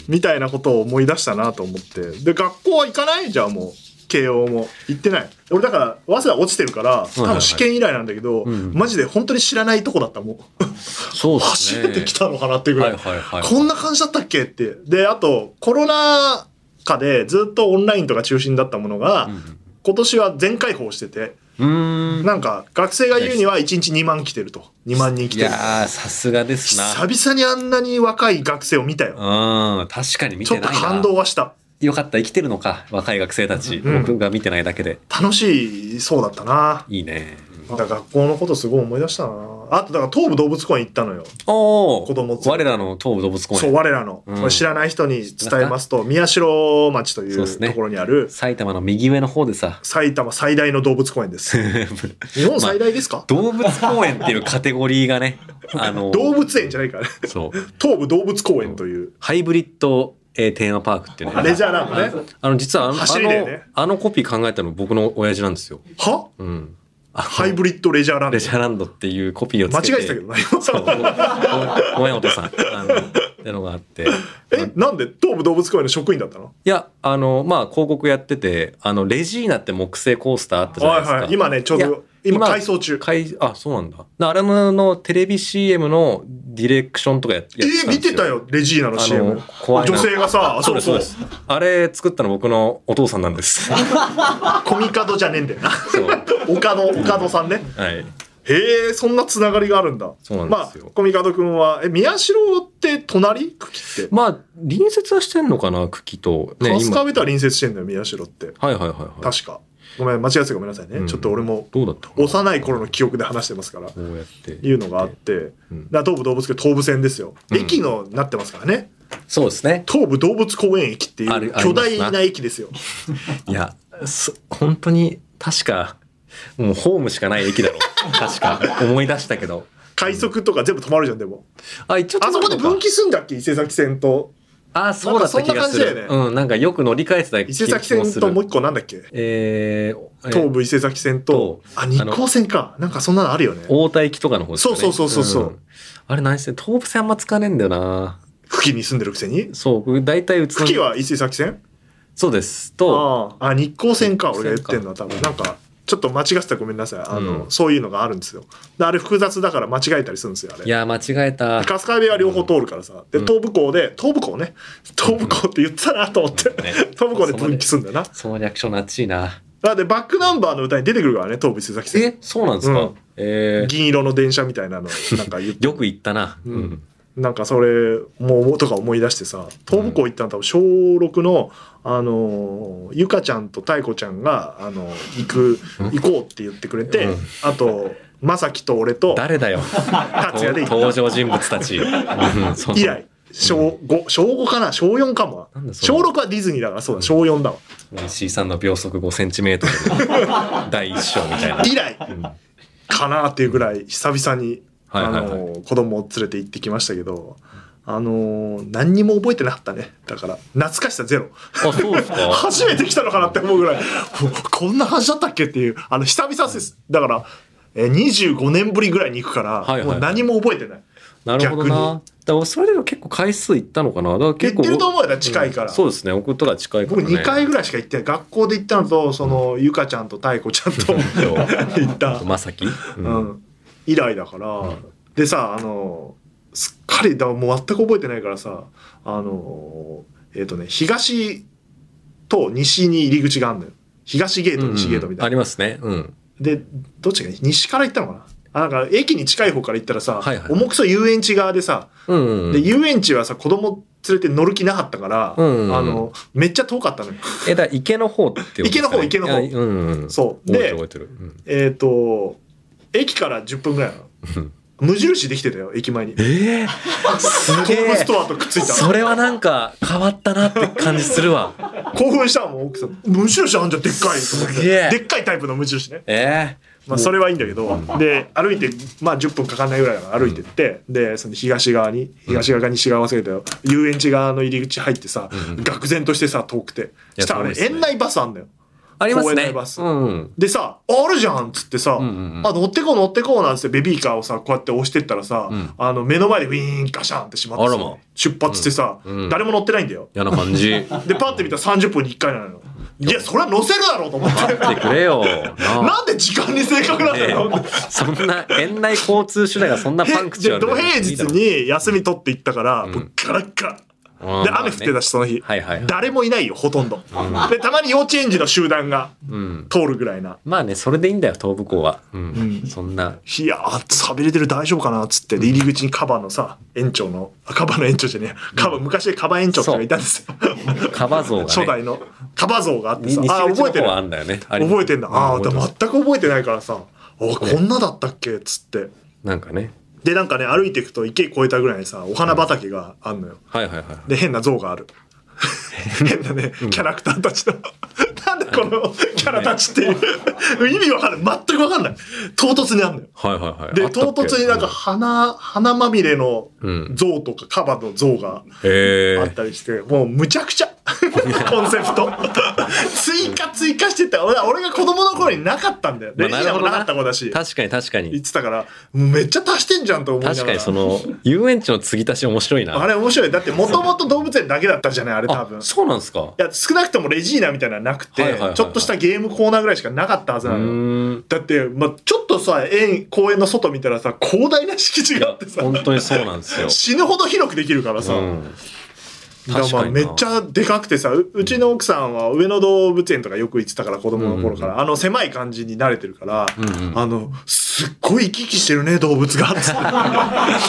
S1: みたいなことを思い出したなと思ってで学校は行かないじゃあもう慶応も行ってない俺だから早稲田落ちてるから多分試験以来なんだけど、
S2: うん
S1: マジで本当に知らないとこだったもん
S2: そうっす
S1: 初
S2: ね
S1: めて来たのかなっていうぐらい、
S2: はいはいはい
S1: こんな感じだったっけってであとコロナ禍でずっとオンラインとか中心だったものが、今年は全開放してて
S2: うんうん
S1: なんか学生が言うには1日2万来てると2万人来
S2: い
S1: てる
S2: やーさすがですな
S1: 久々にあんなに若い学生を見たよ
S2: うん確かに見
S1: ちょ
S2: て
S1: っ
S2: な
S1: と
S2: いな
S1: 感動はした
S2: よかった生きてるのか若い学生たち、
S1: うん
S2: 僕が見てないだけで
S1: 楽しいそうだったない
S2: いね、
S1: だから学校のことすごい思い出したなあとだから東武動物公園行ったのよ
S2: おお
S1: 子供連れ
S2: 我らの東武動物公
S1: そう
S2: 園
S1: 我らの、
S2: うん
S1: これ知らない人に伝えますと宮代町とい
S2: そうです
S1: う
S2: ね
S1: ところにある
S2: 埼玉の右上の方でさ
S1: 埼玉最大の動物公園 です日本最大ですか、
S2: 動物公園っていうカテゴリーが ねあの
S1: 動物園じゃないから、ね、
S2: そう
S1: 東武動物公園という、
S2: ハイブリッド、えーテーマパークっていうね
S1: あレジャーランドね
S2: あの実はあのあ
S1: 走りだよね
S2: のあのコピー考えたの僕の親父なんですよ、
S1: は
S2: うん、あの
S1: ハイブリッドレジャーランド
S2: レジャーランドっていうコピーをつ
S1: 間
S2: けて
S1: 違えてたけどな今
S2: そうごごごめんお父さんあのってのがあって
S1: えなんで東武動物公園の職員だったの
S2: いや、あの、まあ、広告やってて、あの、レジーナって木製コースターあったじゃない
S1: は
S2: で
S1: い
S2: すか。
S1: はい今ねちょう
S2: いや
S1: ど今
S2: 今
S1: 改装中
S2: かいあ、そうなんだ。なあれののテレビ CM のディレクションとかややって
S1: え
S2: たんで
S1: ー
S2: すよ。
S1: 見てた。よレジーナの
S2: あ
S1: CM
S2: の、怖いな。
S1: 女性がさあ
S2: そう
S1: そ
S2: で
S1: う
S2: す、そ
S1: そうう
S2: です。あれ作ったの僕のお父さんなん です。
S1: コミカドじゃねえんだよな
S2: そう。は
S1: 岡野岡野さんね
S2: い。
S1: へえそんなつながりがあるんだ
S2: そうなんですよ
S1: まあコミカド君はえ宮代って隣茎って
S2: まあ、隣接はしてんのかな、茎と。
S1: 春
S2: ね、今。
S1: 日
S2: はい
S1: 部とは隣接してんだよ宮代って
S2: はいはいはい。
S1: 確かごめん間違えてたごめんなさいね、
S2: うん
S1: ちょっと俺も
S2: どうだったかな
S1: 幼い頃の記憶で話してますから
S2: こうやって。
S1: いうのがあって、
S2: うん
S1: だから東武動物公園東武線ですよ、
S2: うん
S1: 駅のなってますからね
S2: そうですね。
S1: 東武動物公園駅ってい
S2: ある
S1: う
S2: あり
S1: 巨
S2: ますな
S1: 大な駅ですよ
S2: いや、そ本当に、確か、もうホームしかない駅だろう。 確か、思い出したけど。
S1: 快速とか全部止まるじゃんでも
S2: あ、一応
S1: あそこで分岐すんだっけ伊勢崎線と
S2: あ、そうだった気がす
S1: なんかそんな感
S2: る。
S1: じだ
S2: うん、なんかよく乗り換えてた
S1: 伊
S2: 気
S1: 勢
S2: が
S1: 崎
S2: する。
S1: 線ともう一個なんだっけ
S2: えー、
S1: 東
S2: え
S1: 武伊勢崎線と
S2: と
S1: あ日光線かなんかそんなのあるよね
S2: 大田行きとかの方ですよね。
S1: そうそうそうそうそうん
S2: あれ何線東武線あんま使わねえんだよな。
S1: 久喜に住んでるくせに
S2: そう、僕大体宇都
S1: 久喜
S2: 宮。
S1: は伊勢崎線
S2: そうです。と、
S1: あああ日光線か俺が言ってんのは多分なんかちょっと間違ってたらごめんなさい。あの、
S2: うん
S1: そういうのがあるんですよ。で、あれ複雑だから間違えたりするんですよ、あれ。
S2: いや、間違えた。
S1: 春日部は両方通るからさ、で東武港で東武港ね東武港って言ったなと思って、
S2: ね
S1: 東武港で分岐すんだよな
S2: そのリアクションなっちいな。
S1: だってバックナンバーの歌に出てくるからね東武伊勢崎線
S2: え、そうなんですか。
S1: うん
S2: えー
S1: 銀色の電車みたいなのなんか言っ
S2: よく言ったな。
S1: うん
S2: うん
S1: なんかそれもうとか思い出してさ東武港行ったの多分小6の、あのーゆかちゃんと太子ちゃんが、あの行く行こうって言ってくれて、
S2: うん
S1: あとまさきと俺と
S2: 誰だよ。
S1: 達也で行
S2: 登
S1: った
S2: 場人物たち。うんその
S1: 以来小5小5かな小4かも
S2: なんだそれ
S1: 小6はディズニーだからそうだ小4だわ
S2: 石井さんの秒速5センチメートルの第一章みたいな。
S1: 以来
S2: うん
S1: かなっていうぐらい久々に、
S2: はいはいはい
S1: あの子供を連れて行ってきましたけど、あの何にも覚えてなかったねだから懐かしさゼロ
S2: あ、そうですか。
S1: 初めて来たのかなって思うぐらいこんな感じだったっけっていうあの久々ですだからえー25年ぶりぐらいに行くから、
S2: はいはいはい
S1: もう何も覚えてない
S2: なるほど
S1: 逆
S2: な。だからそれでも結構回数行ったのかな。だから
S1: 行っ
S2: 結構。
S1: てると思うよな近いから、
S2: そうですね。送ったら近いから
S1: 僕
S2: ね。
S1: 2回ぐらいしか行ってない学校で行ったのとそのゆかちゃんと太子ちゃんと行った
S2: まさき。う
S1: うんん、以来だから、でさあのすっかりだもう全く覚えてないからさあのえっ、とね東と西に入り口があるのよ東ゲート西ゲートみた
S2: あ
S1: いな、
S2: りますね。うん。
S1: でどっちがいい西から行ったのかなあなんか駅に近い方から行ったらさ、
S2: はいはい
S1: 重くそ遊園地側でさ、
S2: うんうんうん
S1: で遊園地はさ子供連れて乗る気なかったから、
S2: うんうんうん
S1: あのめっちゃ遠かったのよ
S2: え、だから池の方ってことですかね
S1: 池の方池の方
S2: いやうんうん。
S1: そう
S2: 覚えて
S1: で
S2: る覚えてる。うん
S1: えっ、と駅から10分ぐらいなの
S2: うん
S1: 無印できてたよ駅前に
S2: ええす
S1: ホ
S2: げ
S1: ームス
S2: え。
S1: トアとくっついた
S2: それはなんか変わったなって感じするわ。
S1: 興奮したもん奥さん無印あんじゃんでっかいと思って
S2: すげえ
S1: でっかいタイプの無印ね
S2: え
S1: まあそれはいいんだけど、で歩いてまあ10分かかんないぐらいだから歩いてって、でその東側に東側か西側忘れたよ遊園地側の入り口入ってさ、愕然としてさ遠くて
S2: や
S1: したらあれ
S2: そうですね
S1: 園内バスあんだよ
S2: えあります
S1: 公園
S2: ね。
S1: のバス
S2: うんうん。
S1: でさ「あるじゃん」っつってさ「
S2: んうんうん
S1: あ乗ってこう乗ってこう」なんつってベビーカーをさこうやって押してったらさ、
S2: ん
S1: あの目の前でウィーンガシャンってしまってさ
S2: あらま
S1: 出発してさ、
S2: うん
S1: 誰も乗ってないんだよ
S2: 嫌な感じ。
S1: でパッて見たら30分に1回なのよいやそれは乗せるだろうと思って
S2: 待ってくれよ。な
S1: なんで時間に正確なん
S2: あ
S1: だ
S2: ね
S1: よ。
S2: えそんな園内交通手段がそんなパンクチュア
S1: で
S2: ル
S1: 土
S2: で
S1: 平日に休み取って行ったから、もうガラッガラ
S2: うん
S1: で雨降ってたしその日、
S2: はいはいはい
S1: 誰もいないよほとんど、でたまに幼稚園児の集団が
S2: うん。
S1: 通るぐらいな
S2: まあね、それでいいんだよ、東武校は。うん
S1: うん
S2: そんな。
S1: いやーさびれてる大丈夫かなっつってで入り口にカバのさ園長のあカバの園長じゃねえカバ昔でカバ園長とかいたんですよ
S2: カバ像がね。
S1: 初代のカバ像があって
S2: に
S1: さ
S2: 西
S1: あー覚
S2: 口
S1: え
S2: の
S1: て
S2: 方
S1: る
S2: はあんだよね。あります
S1: 覚えてんだああ
S2: う
S1: ー
S2: 覚えてます
S1: 全く覚えてないからさおこんなだったっけっつって
S2: なんかね。
S1: でなんかね歩いていくと池越えたぐらいにさお花畑があんのよ
S2: はいはいはい。
S1: で変な像 がある変なねキャラクターたちの なんでこのキャラたちっていう意味わかんない全くわかんない唐突にあんのよ
S2: はいはいはい。あ
S1: で
S2: ったっ
S1: 唐
S2: け
S1: 突になんか花花まみれの
S2: うん
S1: 像とかカバの像が
S2: へ
S1: あ
S2: え
S1: ったりしてもうむちゃ くちゃコンセプト追加追加してった俺は俺が子供の頃になかったんだよで、
S2: まあ
S1: いい
S2: なる
S1: の
S2: ほ
S1: も
S2: どな
S1: なかった子だし
S2: 確かに確か
S1: 言っ
S2: に。
S1: てたからもうめっちゃ足してんじゃんと思いながら
S2: 確かにその、遊園地の継ぎ足し面白いな。
S1: あれ面白いだってもともと動物園だけだったじゃないあれ多分
S2: あそうなんですか
S1: いや少なくともレジーナみたいなのはなくて、
S2: はいはいはいはい
S1: ちょっとしたゲームコーナーぐらいしかなかったはず
S2: う
S1: なのよ
S2: ーん。
S1: だって、まあ、ちょっとさ園公園の外見たらさ広大な敷地
S2: い
S1: があ
S2: や
S1: ってさ
S2: 本当にそうなんですよ。
S1: 死ぬほど広くできるからさ、
S2: うん。
S1: だからまあ
S2: 確かにな
S1: めっちゃでかくてさううちの奥さんは上野動物園とかよく行ってたから子供の頃から、あの狭い感じに慣れてるから、
S2: んうん
S1: あのすっごい生き生きしてるね動物が って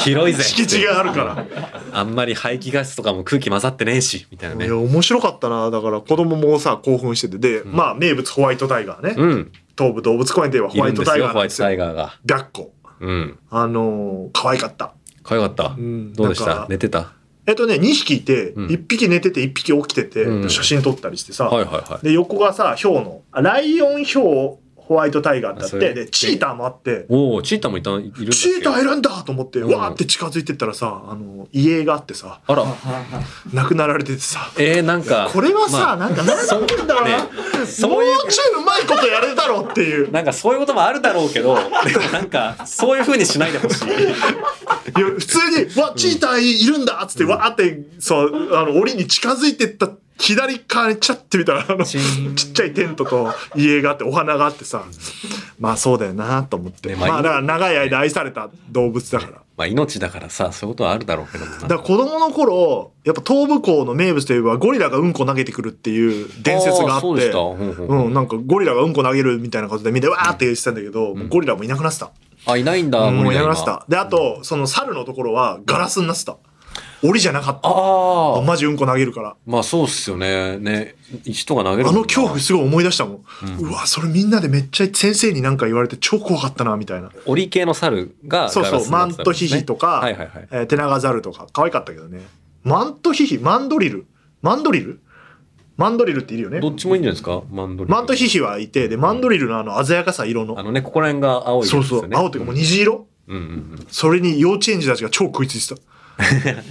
S2: 広いぜ。
S1: 敷地があるから。
S2: あんまり排気ガスとかも空気混ざってねえし、みたいないね
S1: や。面白かったなだから子供もさ興奮しててで、まあ名物ホワイトタイガーね、
S2: うん。
S1: 東武動物公園といえば
S2: い
S1: ホワ
S2: る
S1: イ
S2: ん
S1: ト
S2: です
S1: タイ
S2: よ、
S1: ガーな
S2: ホ
S1: ん
S2: ワイ
S1: で
S2: ト
S1: す
S2: タ
S1: よ
S2: イガーが。
S1: 抱っこ
S2: うん。
S1: あのー可愛かった
S2: かわかった
S1: ん。
S2: どうでし
S1: なん
S2: た
S1: か
S2: 寝てた
S1: えっとね2匹いて、
S2: うん
S1: 1匹寝てて1匹起きてて、
S2: うん
S1: 写真撮ったりしてさ、
S2: はいはいはい。
S1: で横がさヒョウのあライオンヒョウホワイトタイガーってあっ
S2: それ
S1: てでチーターもあって
S2: おお、チーターもいた、いるんだっけ
S1: チーターいるんだと思って、
S2: ん
S1: わーって近づいてったらさあの遺影があってさ
S2: あら。
S1: 亡くなられててさ
S2: えー、なんか。
S1: これはさ、
S2: まあ
S1: なんか何なんだろうな、
S2: ね そういう
S1: もうちょいうまいことやれたろっていう
S2: なんかそういうこともあるだろうけど、で もなんかそういう風にしないで ほしい。
S1: いや普通に「わチーターいるんだ!」っつって、わーってそうあの檻に近づいてった左側にちゃってみたらあのち
S2: チーン
S1: っちゃいテントと家があってお花があってさまあそうだよなと思って、
S2: ねまあ
S1: まあだから長い間愛された動物だから。
S2: まあ命だからさ、そういうことはあるだろうけどもな。
S1: だから子供の頃やっぱ東部港の名物といえばゴリラがうんこ投げてくるっていう伝説があ
S2: ーそ
S1: っ
S2: うでしてた。ほんほんほん
S1: うん、なんかゴリラがうんこ投げるみたいなことでみんなわーって言ってたんだけど、もうゴリラもいなくなってた。
S2: あ、いないんだ、
S1: もういなくなって
S2: あ
S1: た。で、あと、その猿のところはガラスになってた。檻じゃなかった。
S2: あ
S1: あ
S2: ー、
S1: マジうんこ投げるから。
S2: まあそうっすよね。ね、人が投げる
S1: あ
S2: もんな
S1: の恐怖すごい思い出したもん。うわ、それみんなでめっちゃ先生になんか言われて超怖かったな、みたいな。
S2: 檻系の猿が
S1: そう
S2: ガラ
S1: そ
S2: ス
S1: う、
S2: にな
S1: マ
S2: っ
S1: ン
S2: てた
S1: トヒヒとか、
S2: はいはいはい
S1: えーテナガザルとか、可愛かったけどね。マントヒヒ、マンドリルマンドリルマンドリルっているよね
S2: ど。っちもいいんじゃないですかマンドリル
S1: マントヒヒはいて、で、マンドリルのあの鮮やかさ、色の。
S2: あのね、ここら辺が青いです
S1: そ
S2: よ
S1: う
S2: ね。
S1: そう、青というかもう虹色
S2: うんうんうん。
S1: それに幼稚園児たちが超食いつい てた。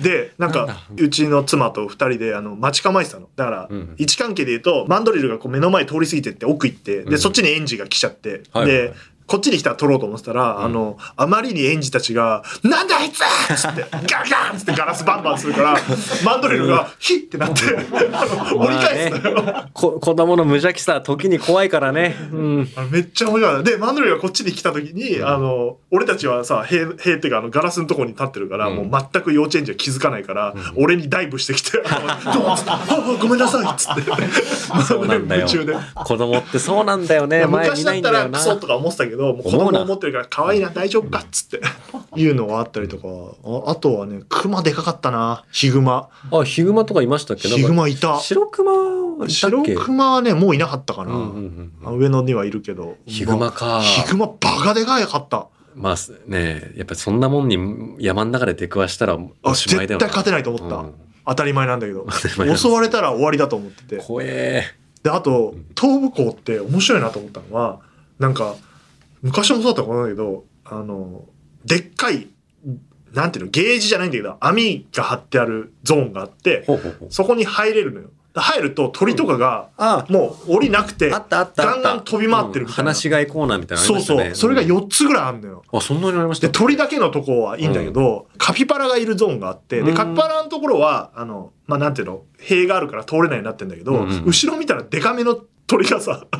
S1: でなん
S2: なんだ
S1: かうちの妻と2人であの待ち構えてたのだから、
S2: うん
S1: 位置関係で言うとマンドリルがこう目の前通り過ぎてって奥行ってで、
S2: うん
S1: そっちに園児が来ちゃって、
S2: はいはいはい
S1: でこっちに来たら取ろうと思ってたら、
S2: ん
S1: あのあまりに園児たちが「なんだあいつ!」っつってガンガンっつってガラスバンバンする からマンドリルがヒッってなって あの折り返すのよ。
S2: こ子供の無邪気さ、時に怖いからね。うん。
S1: あのめっちゃ面白かった。で、マンドリルがこっちに来た時に、あの、俺たちはさ、塀、塀っていうか、あの、ガラスのとこに立ってるから、
S2: うん
S1: もう全く幼稚園児は気づかないから、俺にダイブしてきて、あ のどうしたああごめんなさいっつって。
S2: そうなんだよ。
S1: 夢中で。
S2: 子供ってそうなんだよね。前
S1: 昔
S2: 見
S1: だ
S2: な
S1: っ
S2: いん
S1: た
S2: だよ
S1: らク
S2: な。
S1: ソとか思ってたけど、もう子
S2: 思う
S1: 供
S2: な
S1: 思ってるから可愛いな、大丈夫かっつって、いうのはあったりとか、ああとはね、クマでかかったな、ヒグマ。
S2: あ、ヒグマとかいましたっけなんか
S1: ヒグマいた。
S2: 白クマいたっ
S1: 白
S2: け
S1: クマはね、もういなかったかな。
S2: うんうんうん
S1: あ上野にはいるけど。
S2: ヒグマか
S1: ヒグマバカでかいかった。
S2: まあねやっぱりそんなもんに山の中で出くわしたら
S1: あ
S2: おしまい
S1: 絶
S2: だよ
S1: 対勝てないと思った、
S2: うん
S1: 当たり前なんだけ ど
S2: たり前なんです
S1: 襲われたら終わりだと思ってて
S2: 怖え
S1: であと東武校って面白いなと思ったのはなんか昔もそうだったかなんだけどあのでっかいなんていうのゲージじゃないんだけど網が張ってあるゾーンがあって
S2: ほうほうほう
S1: そこに入れるのよ入ると鳥とかが
S2: あ
S1: もう檻なくて、
S2: あったあったあった
S1: ガンガン飛び回ってるみたいな
S2: 話し飼いコーナーみたいなのあり
S1: そ
S2: ま
S1: うそ
S2: した
S1: う、
S2: ね
S1: それが
S2: よ
S1: 4つぐらいあるのよ
S2: あそんなにありました
S1: で鳥だけのとこはいいんだけど、カピバラがいるゾーンがあって
S2: う
S1: で
S2: ん
S1: カピバラのところはあのまあなんていうの塀があるから通れないようになってんだけど、
S2: うんうん
S1: 後ろ見たらデカめの鳥がさ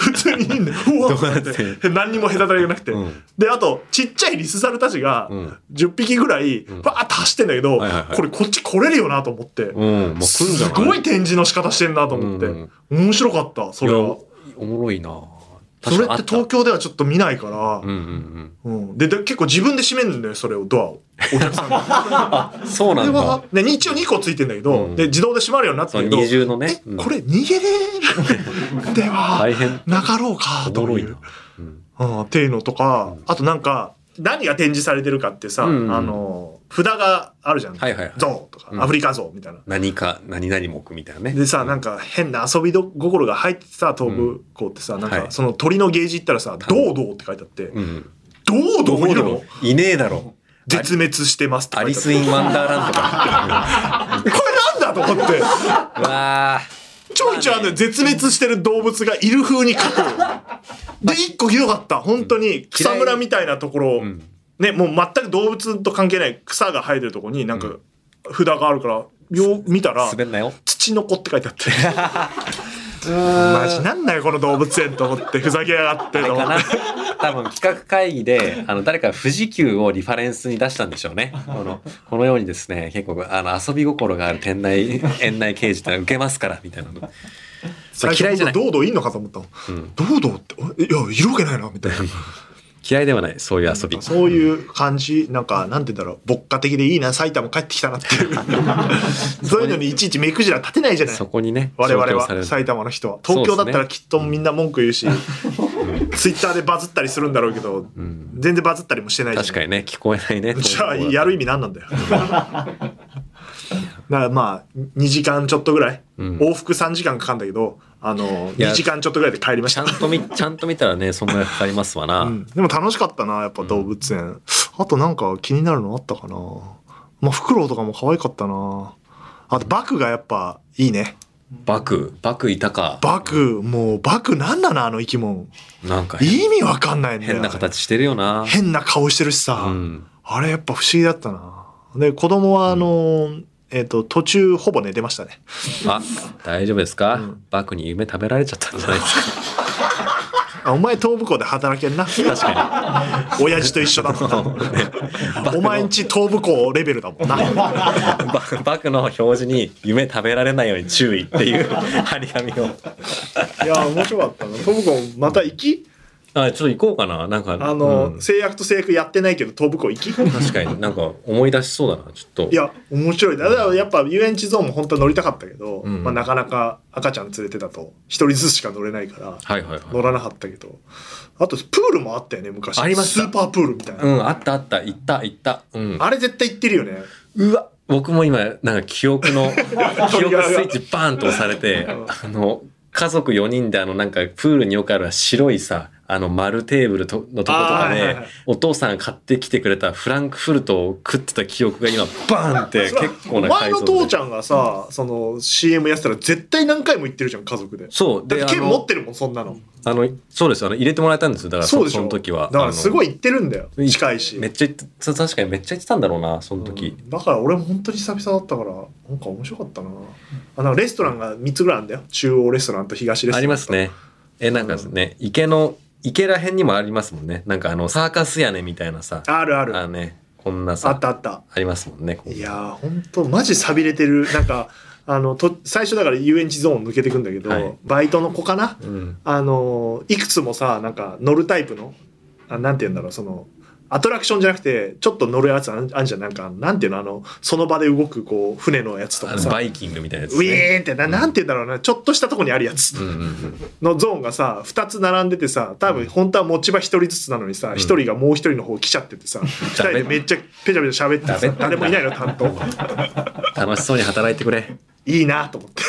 S1: 普通にいんだようわ
S2: どうやっ
S1: ってて何にも隔たりがなくて、
S2: うん
S1: であとちっちゃいリスザルたちが
S2: うん
S1: 10匹ぐらい
S2: ん
S1: バーッと走ってんだけど、
S2: はいはいはい
S1: これこっち来れるよなと思って、
S2: うんもう来んじゃ
S1: す
S2: ない
S1: ごい展示の仕方してんなと思って、
S2: うん
S1: 面白かったそれ
S2: いや
S1: は。
S2: おもろいな
S1: それっ
S2: 確かにあ
S1: て東京ではちょっと見ないから、
S2: うんうん
S1: うん、でで結構自分で閉めるんだよそれをドアをお客さんが。
S2: うんそうな
S1: これ
S2: んだ
S1: は、ね、一応2個ついてんだけど、
S2: うん
S1: で、自動で閉まるようになって
S2: そ
S1: ん
S2: の
S1: だけど、
S2: 二重のね
S1: え、
S2: うん
S1: これ逃げれる では
S2: 大、変
S1: なかろうか、
S2: おも
S1: と
S2: ろ
S1: い
S2: いうな、うん
S1: うん、っていうのとか、あとなんか、何が展示されてるかってさ、
S2: うんうん
S1: あの、札があるじゃん。
S2: はいはいはい
S1: ゾウとか、
S2: うん
S1: アフリカゾウみたいな。
S2: 何か何々も置くみたいなね
S1: でさ、なんか変な遊びど心が入っててさ、東武校ってさ、なん
S2: は
S1: か
S2: い
S1: その鳥のゲージ行ったらさ、ドードーって書いてあって、
S2: うん
S1: ドード
S2: ど
S1: ー
S2: う
S1: いる
S2: ど
S1: の
S2: ういねえだろ
S1: 絶滅してますって
S2: ア
S1: 書い
S2: リ
S1: てあっ
S2: ス・
S1: て。
S2: イン・ワンダーランドか
S1: これなんだと思って。
S2: うわあ
S1: ちょいちょいあの絶滅してる動物がいる風に書く。で、一個ひどかった。本当に草むらみたいなところ、
S2: ん
S1: ね、もう全く動物と関係ない草が生えてるとこになんか札があるから、よう見たら、
S2: 滑んなよ
S1: 土の子って書いてあって。 マジなんだよ、この動物園と思って、ふざけやがって
S2: あれ
S1: と思
S2: か
S1: って
S2: な。多分企画会議であの誰か富士急をリファレンスに出したんでしょうねこのこのようにですね結構あの遊び心がある店内 園内刑事ってのは受けますからみたいなの
S1: 最初
S2: 嫌いじゃない
S1: ドードーいんのかと思ったの。ドードーって、えいや、いるわけないな、みたいな。
S2: 嫌いではないそういう遊び
S1: そういう感じ、なんか、なんて言うんだろう、牧歌的でいいな、埼玉帰ってきたなって いう。そういうのにいちいち目くじら立てないじゃない
S2: そ。こにね
S1: 我々
S2: 象徴され
S1: は
S2: る
S1: 埼玉の人は
S2: そう
S1: 東
S2: です
S1: 京
S2: ね
S1: だったらきっとみんな文句言うし、ツイッターでバズったりするんだろうけど、全然バズったりもしてないじゃん
S2: 確かにね聞こえないね
S1: じゃあやる意味何 なんだよだからまあ2時間ちょっとぐらい、
S2: うん
S1: 往復3時間かかんだけどあの
S2: いや
S1: 2時間ちょっとぐらいで帰りまし
S2: ちゃ
S1: た
S2: ん と見ちゃんと見たらねそんなかかりますわな、
S1: うん、でも楽しかったなやっぱ動物園、あとなんか気になるのあったかなまあフクロウとかも可愛かったなあとバクがやっぱいいね
S2: バク、バクいたか。
S1: バク、もうバクなんだな、あの生き物。
S2: なんか変
S1: 意味わかんないんだよ。
S2: 変な形してるよな。
S1: 変な顔してるしさ。
S2: うん。
S1: あれやっぱ不思議だったな。で、子供はあの、えっ、と、途中ほぼ寝てましたね。
S2: あ、大丈夫ですか、
S1: うん
S2: バクに夢食べられちゃったんじゃないですか
S1: あお前東武校で働け んな。
S2: 確か
S1: 親父と一緒だも んな。
S2: に。ねバ ク
S1: お
S2: の
S1: 前んち東武校レベルだもんな。
S2: バクバクの表示に夢食べられないように注意っ ていう張り紙を。
S1: いや、面白かったな。東武校また行き
S2: あ、ちょっと行こうかな。なんか、
S1: あの、
S2: うん
S1: 制約と制約やってないけど東武校行き い
S2: 確かになんか思い出しそうだな。ちょっと。
S1: や、面白い。だからやっぱ遊園地ゾーンも本当は乗りたかったけど、
S2: うん
S1: まあなかなか赤ちゃん連れてだと一人ずつしか乗れないから。
S2: はいはい
S1: 乗
S2: はい。
S1: らなかったけどあとプールもあったよね昔
S2: ありました
S1: スーパープールみたいな、
S2: うん、あったあった。行った行った。うん。
S1: あれ絶対行ってるよね
S2: うわ僕も今なんか記憶 の記憶スイッチバーンと押されてあの家族4人であのなんかプールによくある白いさあの丸テーブルとのとこと
S1: あ
S2: か
S1: ーはいはい
S2: ね
S1: はい
S2: お父さんが買ってきてくれたフランクフルトを食ってた記憶が今バーン って結構な
S1: 前
S2: 解
S1: の
S2: 像
S1: 父ち
S2: 度
S1: ゃんがさ、その CM やってたら絶対何回も行ってるじゃん家族で
S2: そう
S1: だっ
S2: で
S1: て
S2: あ
S1: 剣持っ
S2: の
S1: てるもんそんなの
S2: あのそうですあの入れてもらえたんですよだから
S1: そう
S2: そ
S1: でしょ
S2: その時は
S1: だからすご
S2: い
S1: い行ってるんだよ
S2: うん
S1: 近いし
S2: めっちゃ言ってそう確かにめっちゃ言ってたんだろうなその時、
S1: うんだから俺も本当に久々だったからなんか面白かったなあなんかレストランが3つぐらいあるんだよ中央レストランと東レストランと
S2: ありますね。え、なんかですね、池の、池らへんにもありますもんね。なんかあの、サーカス屋根みたいなさ。
S1: あるある
S2: あ
S1: あ
S2: ね、こんな
S1: あ
S2: さ
S1: っ、たあった
S2: ありますもんね。こう
S1: いやー本当マジ寂れてるなんか あのと最初だから遊園地ゾーン抜けてくんだけど、
S2: はい
S1: バイトの子かな
S2: うん。
S1: あのいくつもさなんか乗るタイプのあなんて言うんだろうそのアトラクションじゃなくてちょっと乗るやつあんあんじゃんなんかなんていうのあのその場で動くこう船のやつと
S2: あ
S1: か
S2: の
S1: さ
S2: バイキングみたいなやつ、
S1: ウィ
S2: ね。
S1: ーンってななんて言うんだろうなちょっとしたとこにあるやつ
S2: うんうんうん。
S1: のゾーンがさ2つ並んでてさ多分本当は持ち場1人ずつなのにさ1人がもう1人の方来ちゃっててさ2人でめっちゃペチャペチャ喋って
S2: ダメ
S1: さ誰もいないの担当
S2: 楽しそうに働いてくれ。
S1: いいなと思 って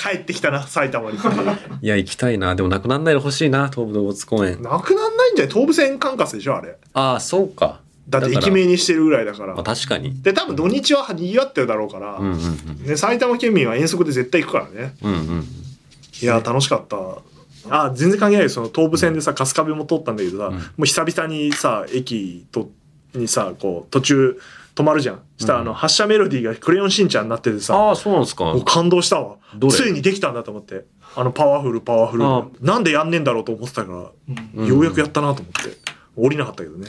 S1: 帰ってきたな埼玉に
S2: いや、行きたいな。でもなくなんないでほしいな、東武動物公園。
S1: なくなんないんじゃない東武線管轄でしょあれ
S2: ああ、そうか。
S1: だって駅名にしてるぐらいだから
S2: まあ、確かに。
S1: で多分土日は賑わってるだろうから、
S2: うんうんうん。
S1: ね、埼玉県民は遠足で絶対行くからね
S2: うんうん。
S1: いやー楽しかったあ全然関係ないけどその東武線でさ春日部も通ったんだけどさ、
S2: うん
S1: もう久々にさ駅とにさこう途中止まるじゃんしたらあの発車メロディーが「クレヨンしんちゃん」になっててさ、
S2: ああ、そうなんですか
S1: も。う感動したわ
S2: どれ
S1: ついにできたんだと思ってあのパワフルパワフル
S2: あ
S1: なんでやんねえんだろうと思ってたから、
S2: うん
S1: ようやくやったなと思って降りなかったけどね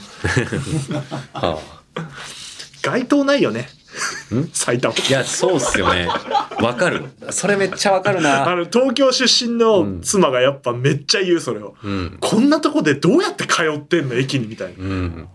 S2: はあ
S1: 街灯ないよね
S2: ん
S1: 埼玉
S2: いや、そうっすよね。わかる。それめっちゃわかる
S1: あ
S2: な。
S1: の東京出身の妻がやっぱめっちゃ言うそれを、
S2: うん。
S1: こんなとこでどうやって通ってんの駅にみたいな
S2: うん。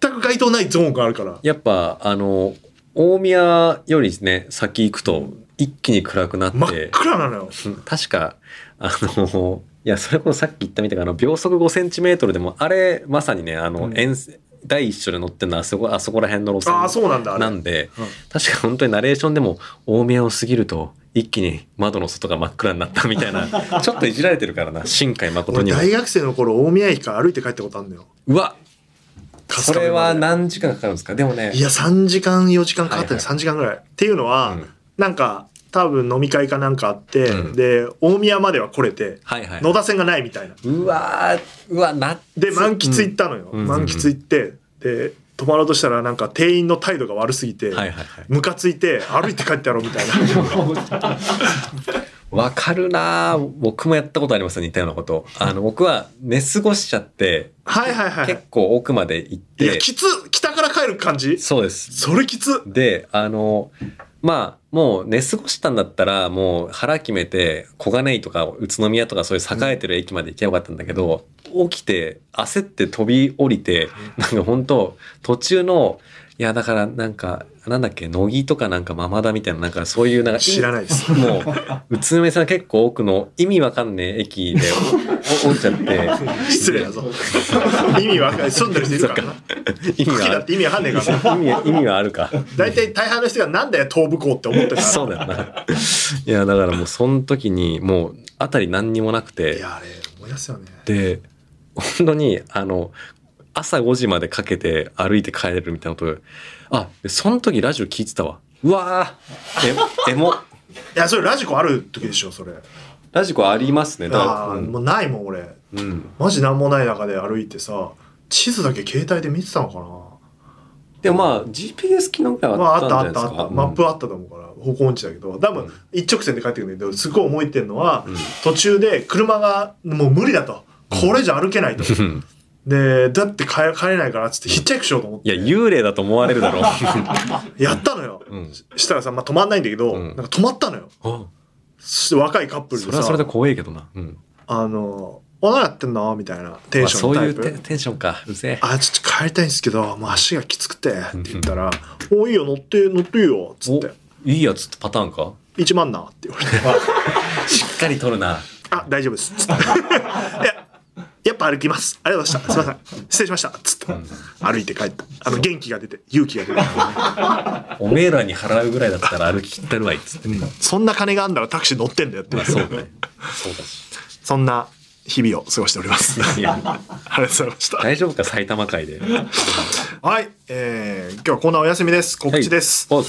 S1: 全く街灯ないゾーンがあるから
S2: やっぱあの大宮よりね先行くと一気に暗くなって、
S1: 真っ暗なのよ
S2: うん確かあのいやそれこそさっき言ったみたいなあの秒速5センチメートルでもあれまさにねあの、
S1: うん
S2: 沿線第一章で乗ってるのはあそこあそこら辺の路
S1: ああ
S2: 線
S1: そうなんだあれ
S2: なんで、
S1: うん
S2: 確か本当にナレーションでも大宮を過ぎると一気に窓の外が真っ暗になったみたい なちょっといじられてるからな新海誠
S1: 俺
S2: にも
S1: 大学生の頃大宮駅から歩いて帰ったことあるんだよ
S2: うわ
S1: 春日
S2: そ
S1: 部まで
S2: れは何時間かかるんですかでもね
S1: いや3時間4時間かかったよ、
S2: はい
S1: 3時間ぐらいっていうのは、
S2: うん
S1: なんか多分飲み会かなんかあって、
S2: うん
S1: で大宮までは来れて
S2: はいはい
S1: 野田線がないみたいな
S2: うわーうわな
S1: で満喫行ったのよ、
S2: うん
S1: 満喫行ってで泊まろうとしたらなんか店員の態度が悪すぎて、
S2: はいはいはい。
S1: ムカついて歩いて帰ってやろうみ たいな
S2: わかるなあ僕もやったことあります似たようなこと。あの、僕は寝過ごしちゃって、
S1: はいはいはい
S2: 結構奥まで行っ
S1: いや
S2: て、
S1: きつ北から帰る感じ
S2: そうです。
S1: それきつ
S2: で、あの、まあ、もう寝過ごしたんだったら、もう腹決めて、小金井とか宇都宮とかそういう栄えてる駅まで行けばよかったんだけど、起きて、焦って飛び降りて、なんか本当途中の、いや、だからなんか、なんだっけ、乃木とかなんかママだみたいな、なんかそういう、なんか、
S1: 知らないです
S2: もう、宇都宮さん結構多くの意味わかんねえ駅でおお 降りちゃって、
S1: 失礼だぞ意味わかんない住んでる人いるからな
S2: 意
S1: 好
S2: 味
S1: き
S2: は
S1: だ って意味わかんないからな
S2: ある。意味、意味はあるか。
S1: 大体大半の人がなんだよ東武校って思ってた
S2: そうだよな。いや、だからもう、その時に、もう、あたり何にもなく
S1: い
S2: て、
S1: やあれ思い出すよね
S2: で、本当に、あの、朝5時までかけて歩いて帰れるみたいなこと、あ、でその時ラジオ聞いてたわ。うわーえ、エ
S1: い
S2: モ、
S1: やそれラジコある時でしょそれ
S2: ラジコありますね。だ
S1: あ
S2: う
S1: ー
S2: ん
S1: もうないもん俺
S2: うん。
S1: マジなんもない中で歩いてさ地図だけ携帯で見てたのかな
S2: でもまあ GPS 機能ぐら
S1: ま
S2: い
S1: あ
S2: はあ
S1: あ
S2: っ
S1: ったた
S2: んじ
S1: あった
S2: ゃないです
S1: あった
S2: か。
S1: マップあったと思うから方向音痴だけど多
S2: うん
S1: 分一直線で帰ってくるんだけどすごい思いってんのは
S2: うん
S1: 途中で車がもう無理だとこれじゃ歩け ないと
S2: うん。
S1: でだって帰帰れないからっつってヒッチハイクしようと思っ
S2: い
S1: て
S2: や、幽霊だと思われるだろう。
S1: やったのよ
S2: うん
S1: ししたらさまあ止まんないんだけど
S2: うん
S1: なんか止まったのよ
S2: あ
S1: そして若いカップル
S2: そ
S1: で
S2: れはそれで
S1: さ
S2: 怖いけどな。うん。
S1: あの「お何やってんの?」みたいなテンションの
S2: まあ
S1: タ
S2: そうい
S1: イ
S2: う
S1: プ
S2: テテンションか。うぜえ。
S1: あ、ちょっと帰りたいんですけど、もう足がきつくて、って言ったら、おいいよ、乗って、乗っていいよ、つっ
S2: お
S1: て、
S2: いいやつってパターンか
S1: 1万な、って言 われて、
S2: しっかり取るな。
S1: あ、大丈夫です、つって。い や、やっぱ歩きます。ありがとうございました。すいません。失礼しました、つって。歩いて帰った。あの、元気が出て、勇気が出て。
S2: おめえらに払うぐらいだったら歩き切ってるわいっつって。
S1: そんな金があんならタクシー乗ってんだよって。
S2: まあそうだね。そうだし。
S1: そんな日々を過ごしており ます。あ
S2: い
S1: り
S2: や
S1: がとうございました。
S2: 大丈夫か埼玉会で。
S1: はい、えー、今日はコーナーお休みです。告知です。
S2: はい。お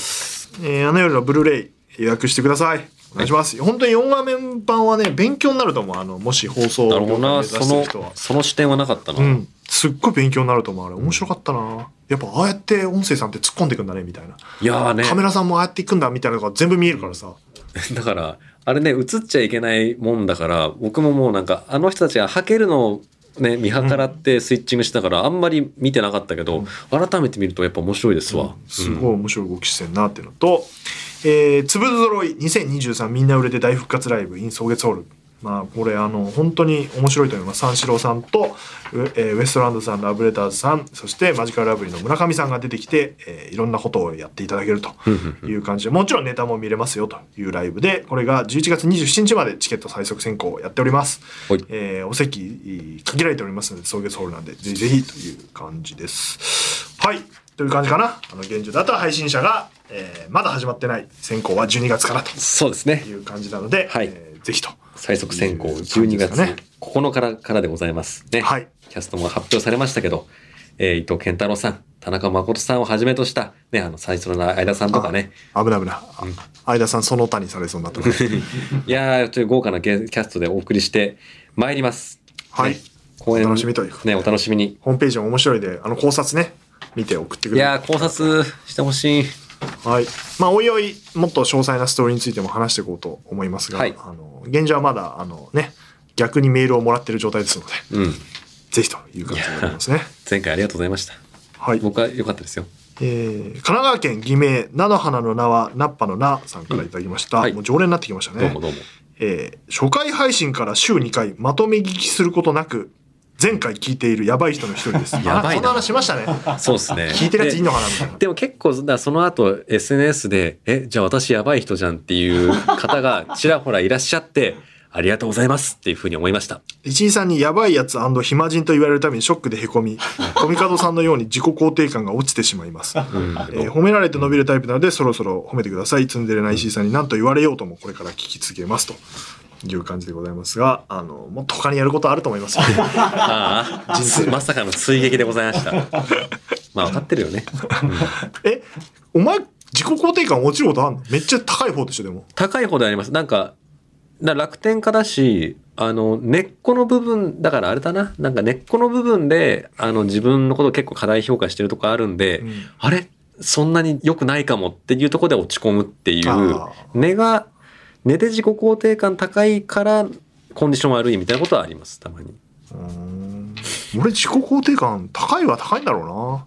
S1: えー、あの夜のブルーレイ予約してください。お願いします。本当に4画面版はね、勉強になると思う。あの、もし放送
S2: なるほど
S1: 目
S2: な。
S1: 指
S2: そ
S1: してる人は
S2: の、。その視点はなかったな。
S1: うん。すっごい勉強になると思う。あれ、面白かったな。やっぱ、ああやって音声さんって突っ込んでいくんだね、みたいな。
S2: いやーね。
S1: カメラさんもああやっていくんだ、みたいなのが全部見えるからさ。
S2: だから、あれね、映っちゃいけないもんだから、僕ももうなんか、あの人たちが履けるのをね、見計らってスイッチングしてたから、あんまり見てなかったけど、改めて見るとやっぱ面白いですわ。
S1: すごい面白い動きしてんなっていうのと、えー、つぶぞろい2023みんな売れて大復活ライブ in 草月ホール。まあ、これ、あの、本当に面白いと思います。三四郎さんと、ウェえーウエストランドさん、ラブレターズさん、そしてマジカルラブリーの村上さんが出てきて、えーいろんなことをやっていただけるという感じで、もちろんネタも見れますよというライブで、これが11月27日までチケット最速選考をやっております。
S2: はい
S1: えーお席限られておりますので送月ホールなんでぜひぜひという感じですはいという感じかなあの現状だと配信者が、えーまだ始まってない選考は12月からと
S2: そうですね
S1: い。う感じなので、
S2: はい
S1: えーぜひと
S2: 最速選考
S1: いう感じ
S2: 12
S1: ですか
S2: 月
S1: ね
S2: 9日からからでございますね。
S1: はい
S2: キャストも発表されましたけど、えー伊藤健太郎さん、田中誠さんをはじめとした、ね、あの、最初の相田さんとかね、
S1: 危ない危ない、あ相田さんその他にされそうになったので
S2: いやー、という豪華なゲキャストでお送りしてまいります。
S1: はい
S2: ね公演
S1: お楽しみということで
S2: ね、お楽しみに。
S1: ホームページも面白いであの考察ね見て送ってく
S2: い
S1: れ
S2: やー、考察してほしい。
S1: はいまあおいおいもっと詳細なストーリーについても話していこうと思いますが、
S2: はい
S1: あの現状はまだあのね逆にメールをもらってる状態ですので
S2: うん。
S1: ぜひという感じでございますね
S2: 前回ありがとうございました。
S1: はい
S2: 僕は良かったですよ。
S1: えー神奈川県偽名菜の花の名はナッパの名さんからいただきました、
S2: はい
S1: もう常連になってきましたね
S2: どうもどうも。
S1: えー初回配信から週2回まとめ聞きすることなく前回聞いているやばい人の一人です
S2: やば
S1: あこ
S2: いな
S1: の話しましたね
S2: そうですね。
S1: 聞いてるやついいのかなみ たいな
S2: でも結構だからその後 SNS で「えじゃあ私やばい人じゃん」っていう 方がちらほらいらっしゃって「ありがとうございます」っていうふうに思いました
S1: 一井さんにやばいやつ暇人と言われるためにショックでへこみコミカドさんのように自己肯定感が落ちてしまいます、えー褒められて伸びるタイプなのでそろそろ褒めてくださいツンデレな石井さんに何と言われようともこれから聞き続けますという感じでございますがあのもっと他にやることあると思い ますよ
S2: あ あまさかの追撃でございましたまあ分かってるよね
S1: えお前自己肯定感落ちることあんのめっちゃ高い方でしょでも
S2: 高いほどありますなんかだから楽天家だしあの根っこの部分だからあれだななんか根っこの部分であの自分のことを結構過大評価してるとこあるんで、
S1: うん
S2: あれそんなに良くないかもっていうところで落ち込むってい
S1: あ
S2: う根が根で自己肯定感高いからコンディション悪いみたいなことはありますたまに
S1: うーん俺自己肯定感高いは高いんだろ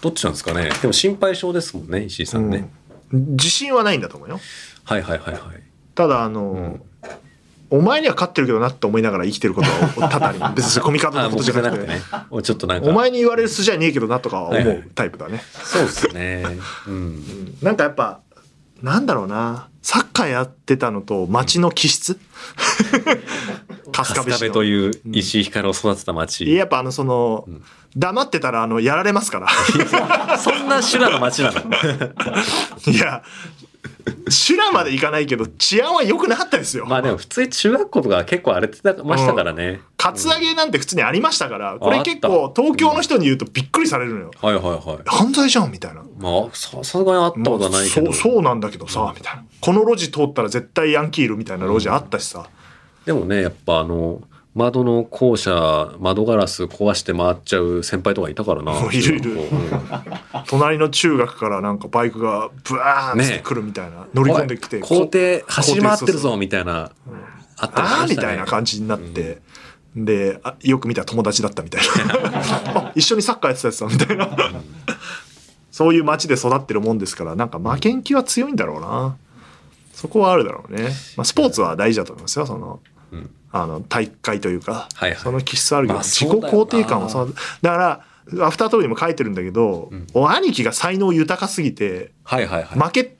S2: どっちなんですかねでも心配性ですもんね石井
S1: う
S2: さ
S1: な、
S2: んね、
S1: うん自信はないんだと思うよ
S2: はいはいはいはい
S1: ただあの、お前には勝ってるけどなって思いながら生きてることは多々あります別にコミカド
S2: あ
S1: のこ
S2: 僕
S1: と
S2: じ
S1: じ
S2: ゃ
S1: ゃ
S2: な
S1: な
S2: く
S1: く
S2: て
S1: て
S2: ねおちょっとなんか
S1: お前に言われる筋じゃねえけどなとかは
S2: はい
S1: 思
S2: はいう
S1: タイプだね、
S2: そうですねうん
S1: うんなんかやっぱなんだろうなサッカーやってたのと町の気質春日
S2: 春
S1: 部
S2: 日
S1: 市
S2: 部と
S1: の
S2: いう石井ひかるを育てた町、
S1: やっぱあのその、黙ってたらあのやられますから
S2: そんな修羅の町なの
S1: いや修羅まで行かないけど治安は良くなかったですよ、
S2: まあでも普通に中学校とか結構荒れてたましたからね。
S1: カツアゲなんて普通にありましたから、こ
S2: ああ
S1: れ
S2: った
S1: 結構東京の人に言うとびっくりされるのよ、
S2: はいはいはい。
S1: 犯罪じゃんみたいな
S2: まあさすがにあったことはないけ
S1: も
S2: ど
S1: う。そうそうなんだけどさ、みたいなこの路地通ったら絶対ヤンキーいるみたいな路地あったしさ、
S2: でもね、やっぱあの、窓の校舎、窓ガラス壊して回っちゃう先輩とかいたからな。
S1: いるいる
S2: うん
S1: 隣の中学からなんかバイクがブワーンって来るみたいな、乗り込んできて
S2: 校庭走り回ってる
S1: そう
S2: ぞ、みたいな。あったりし
S1: あ
S2: ま
S1: ー
S2: し
S1: み
S2: たね
S1: たいな感じになって、であよく見たら友達だったみたい なあ一緒にサッカーやってたやつだみたいなそういう街で育ってるもんですからなんか負けん気は強いんだろうなそこはあるだろうね、まあ、スポーツは大事だと思いますよその
S2: うん
S1: あの大会というか、
S2: はいはい
S1: その気質あるけど、
S2: まあ
S1: 自己
S2: そうだよな
S1: 肯定感はそのだからアフタートークにも書いてるんだけど、
S2: うん
S1: お兄貴が才能豊かすぎて
S2: はいはいはい。
S1: 負け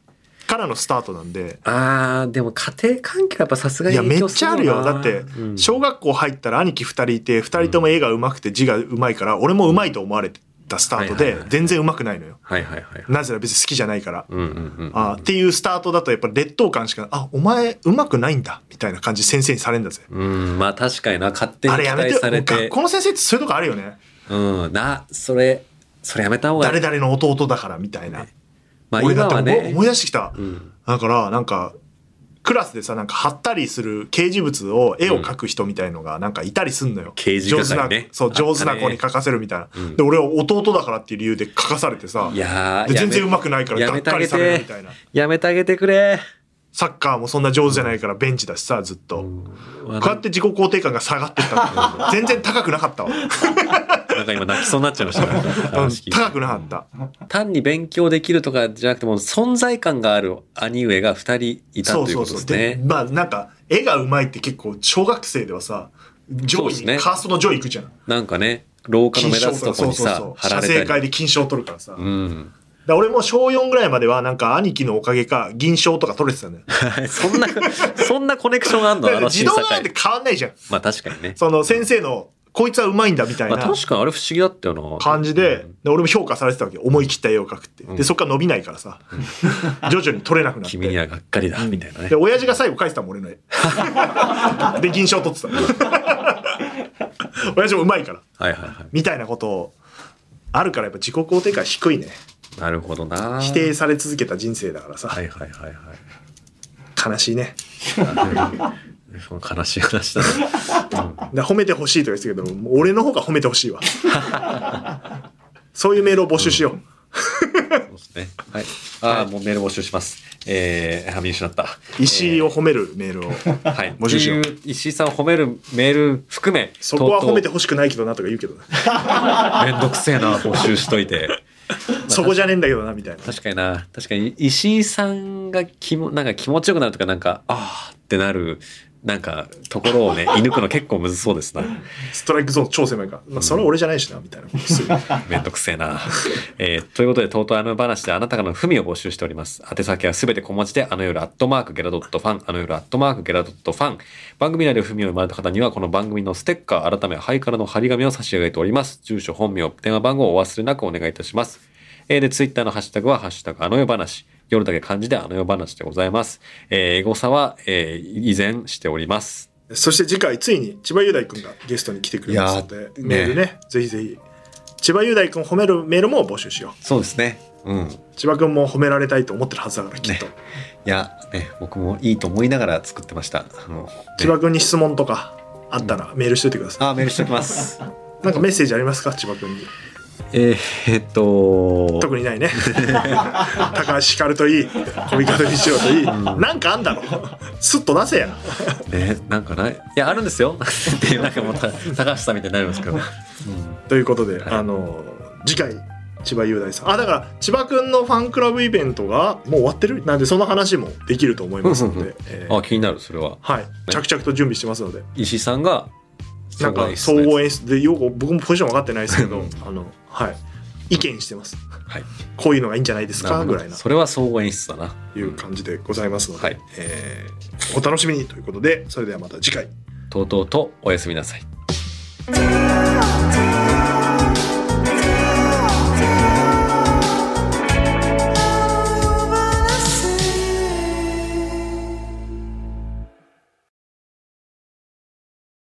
S1: からのスタートなんで、
S2: あー、でも家庭環境やっぱさすが
S1: い
S2: に
S1: やめ
S2: 影
S1: っ
S2: 響
S1: ち
S2: する
S1: ゃあるよ
S2: な
S1: だって
S2: うん
S1: 小学校入ったら兄貴2人いて2人とも絵が上手くて字が上手いから俺も上手いと思われたスタート
S2: はい
S1: で
S2: はいはい
S1: 全然上手くないのよ
S2: はいはいはい。
S1: なぜなら別に好きじゃないから
S2: うんうんうん。
S1: あーっていうスタートだとやっぱ劣等感しかあお前上手くないんだみたいな感じで先生にされるんだぜ
S2: うん、まあ確かにな、勝手に
S1: あれ
S2: 期
S1: やめて
S2: 待
S1: よ
S2: され
S1: 学
S2: て。
S1: 校の先生ってそういうとこあるよね
S2: うん、な、それ、それやめた方がい
S1: 誰
S2: い。
S1: 々の弟だからみたいな
S2: まあ
S1: 俺だ
S2: 今
S1: って
S2: は
S1: 思い
S2: ね
S1: 思、い出してきた
S2: うん、
S1: だからなんかクラスでさなんか貼ったりする掲示物を絵を描く人みたいのがなんかいたりすんのよ、
S2: 掲示
S1: 上手
S2: 係
S1: な
S2: ね
S1: そう上手
S2: あ
S1: な
S2: った
S1: 子
S2: ね
S1: に描かせるみたいな、
S2: うん
S1: で俺は弟だからっていう理由で描かされてさ
S2: いやー
S1: で
S2: や
S1: 全
S2: め
S1: 然うまくないから
S2: や
S1: が
S2: め
S1: って
S2: あ
S1: か
S2: げ
S1: り
S2: て
S1: されるみたいな
S2: やめてあげてくれ。
S1: サッカーもそんな上手じゃないからベンチだしさずっと、
S2: まあ
S1: こうやって自己肯定感が下がってったんだ けど全然高くなかったわ
S2: なんか今泣きそうになっちゃいましたね
S1: うん
S2: 話聞いて
S1: 高くなかった、
S2: 単に勉強できるとかじゃなくても存在感がある兄上が2人いた
S1: そう
S2: という
S1: そ
S2: こ
S1: うそ
S2: と
S1: う
S2: です
S1: で
S2: ね。
S1: まあなんか絵がうまいって結構小学生ではさ上位
S2: そう
S1: に、
S2: ですね
S1: カーストの上位行くじゃん
S2: なんかね、廊下
S1: 金
S2: の目
S1: 賞
S2: 立つとこにさ、貼ら
S1: 写生
S2: れた
S1: 会
S2: り。
S1: で金賞取るからさ、だ
S2: う
S1: か
S2: ん。
S1: ら俺も小4ぐらいまではなんか兄貴のおかげか銀賞とか取れてたね
S2: そんな、そんなコネクションあんの
S1: だ
S2: あ
S1: って
S2: の
S1: 自
S2: 審
S1: 動
S2: 査
S1: なん
S2: 会
S1: て。変わんないじゃん
S2: まあ確かにね。
S1: その先生のこいつはうまいんだみたい
S2: まあ
S1: な
S2: 確かにあれ不思議だったよな。
S1: 感じで,、
S2: うん
S1: で俺も評価されてたわけ思い切った絵を描くって
S2: うん
S1: でそっから伸びないから さ徐々に取れなくなって
S2: 君にはがっかりだ、みたいなね
S1: で。親父が最後描いてたもん俺の絵 で銀賞取ってた親父もうまいから
S2: はいはいは
S1: みたいなことをあるからやっぱ自己肯定感低いね
S2: い。なるほどな。
S1: 否定され続けた人生だからさ、
S2: はいはいはいはい。
S1: 悲しいね
S2: その悲しい話だ ね。
S1: で褒めてほしいとか言ってたけどもう俺の方が褒めてほ しいわそういうメールを募集しよう、
S2: そうですね。はい。ああ、もうメール募集します。えー、あ見失った。
S1: 石井を褒めるメールを、
S2: はい。
S1: 募集しよう
S2: っていう石井さんを褒めるメール含め、
S1: そこは褒めて
S2: と
S1: ほしくないけどなとか言うけどな
S2: うとうめんどくせえな、募集しとい て。
S1: そこじゃねえんだけどなみたいな
S2: 確かにな。確かに、石井さんが気も、なんか気持ちよくなるとか、なんか、ああってなる、なんか、ところを ね、射抜くの結構むずそうですな。
S1: ストライクゾーン超狭いから、まあ、それは俺じゃないしなみたいなこと する
S2: めんどくせえな。えーということで、とうとうあの話であなたからの文を募集しております。宛先はすべて小文字で、あの夜アットマークゲラドットファン、あの夜アットマークゲラドットファン。番組内で文を読まれた方には、この番組のステッカー、改めハイカラの張り紙を差し上げております。住所、本名、電話番号をお忘れなくお願いいたします。えーで、ツイッターのハッシュタグは、ハッシュタグあの夜話。夜だけ漢字であの夜話でございます。えー、エゴサは、えー依然しております。
S1: そして次回ついに千葉雄大君がゲストに来てくれますので
S2: いやー
S1: メールねぜひぜひ千葉雄大君褒めるメールも募集しよ
S2: そうですね。うん。
S1: う千葉君も褒められたいと思ってるはずだからきっと、
S2: ねいや、ね、僕もいいと思いながら作ってました。あの、ね
S1: 千葉君に質問とかあったらメールしといてください、
S2: あ、メールしておきます。
S1: なんかメッセージありますか千葉君に
S2: えーえっと、
S1: 特にないね 高橋ひかるといい小見門一郎といいなんかあんだろスッと出せや
S2: ね、なんかない。いや、あるんですよ。 っていう、なんかもうた、高橋さんみたいになりますけど。
S1: ということで、
S2: はい
S1: あの次回千葉雄大さんあだから千葉くんのファンクラブイベントがもう終わってるなんでその話もできると思いますの
S2: うんうんう
S1: で、えー
S2: あ、気になる、それは。
S1: はい着々と準備してますので
S2: 石井さんが、
S1: なん
S2: そう
S1: か
S2: です
S1: 総
S2: ね
S1: 合演出でよく僕もポジション分かってないですけ
S2: う
S1: ど
S2: ん
S1: あのはい意見してます
S2: はい。
S1: こういうのがいいんじゃないです
S2: なる
S1: か
S2: ほど
S1: ぐらいな
S2: それは総合演出だな。
S1: いう感じでございますので、
S2: はい
S1: えーお楽しみにということでそれではまた次回
S2: とうとうとおやすみなさい。
S3: 「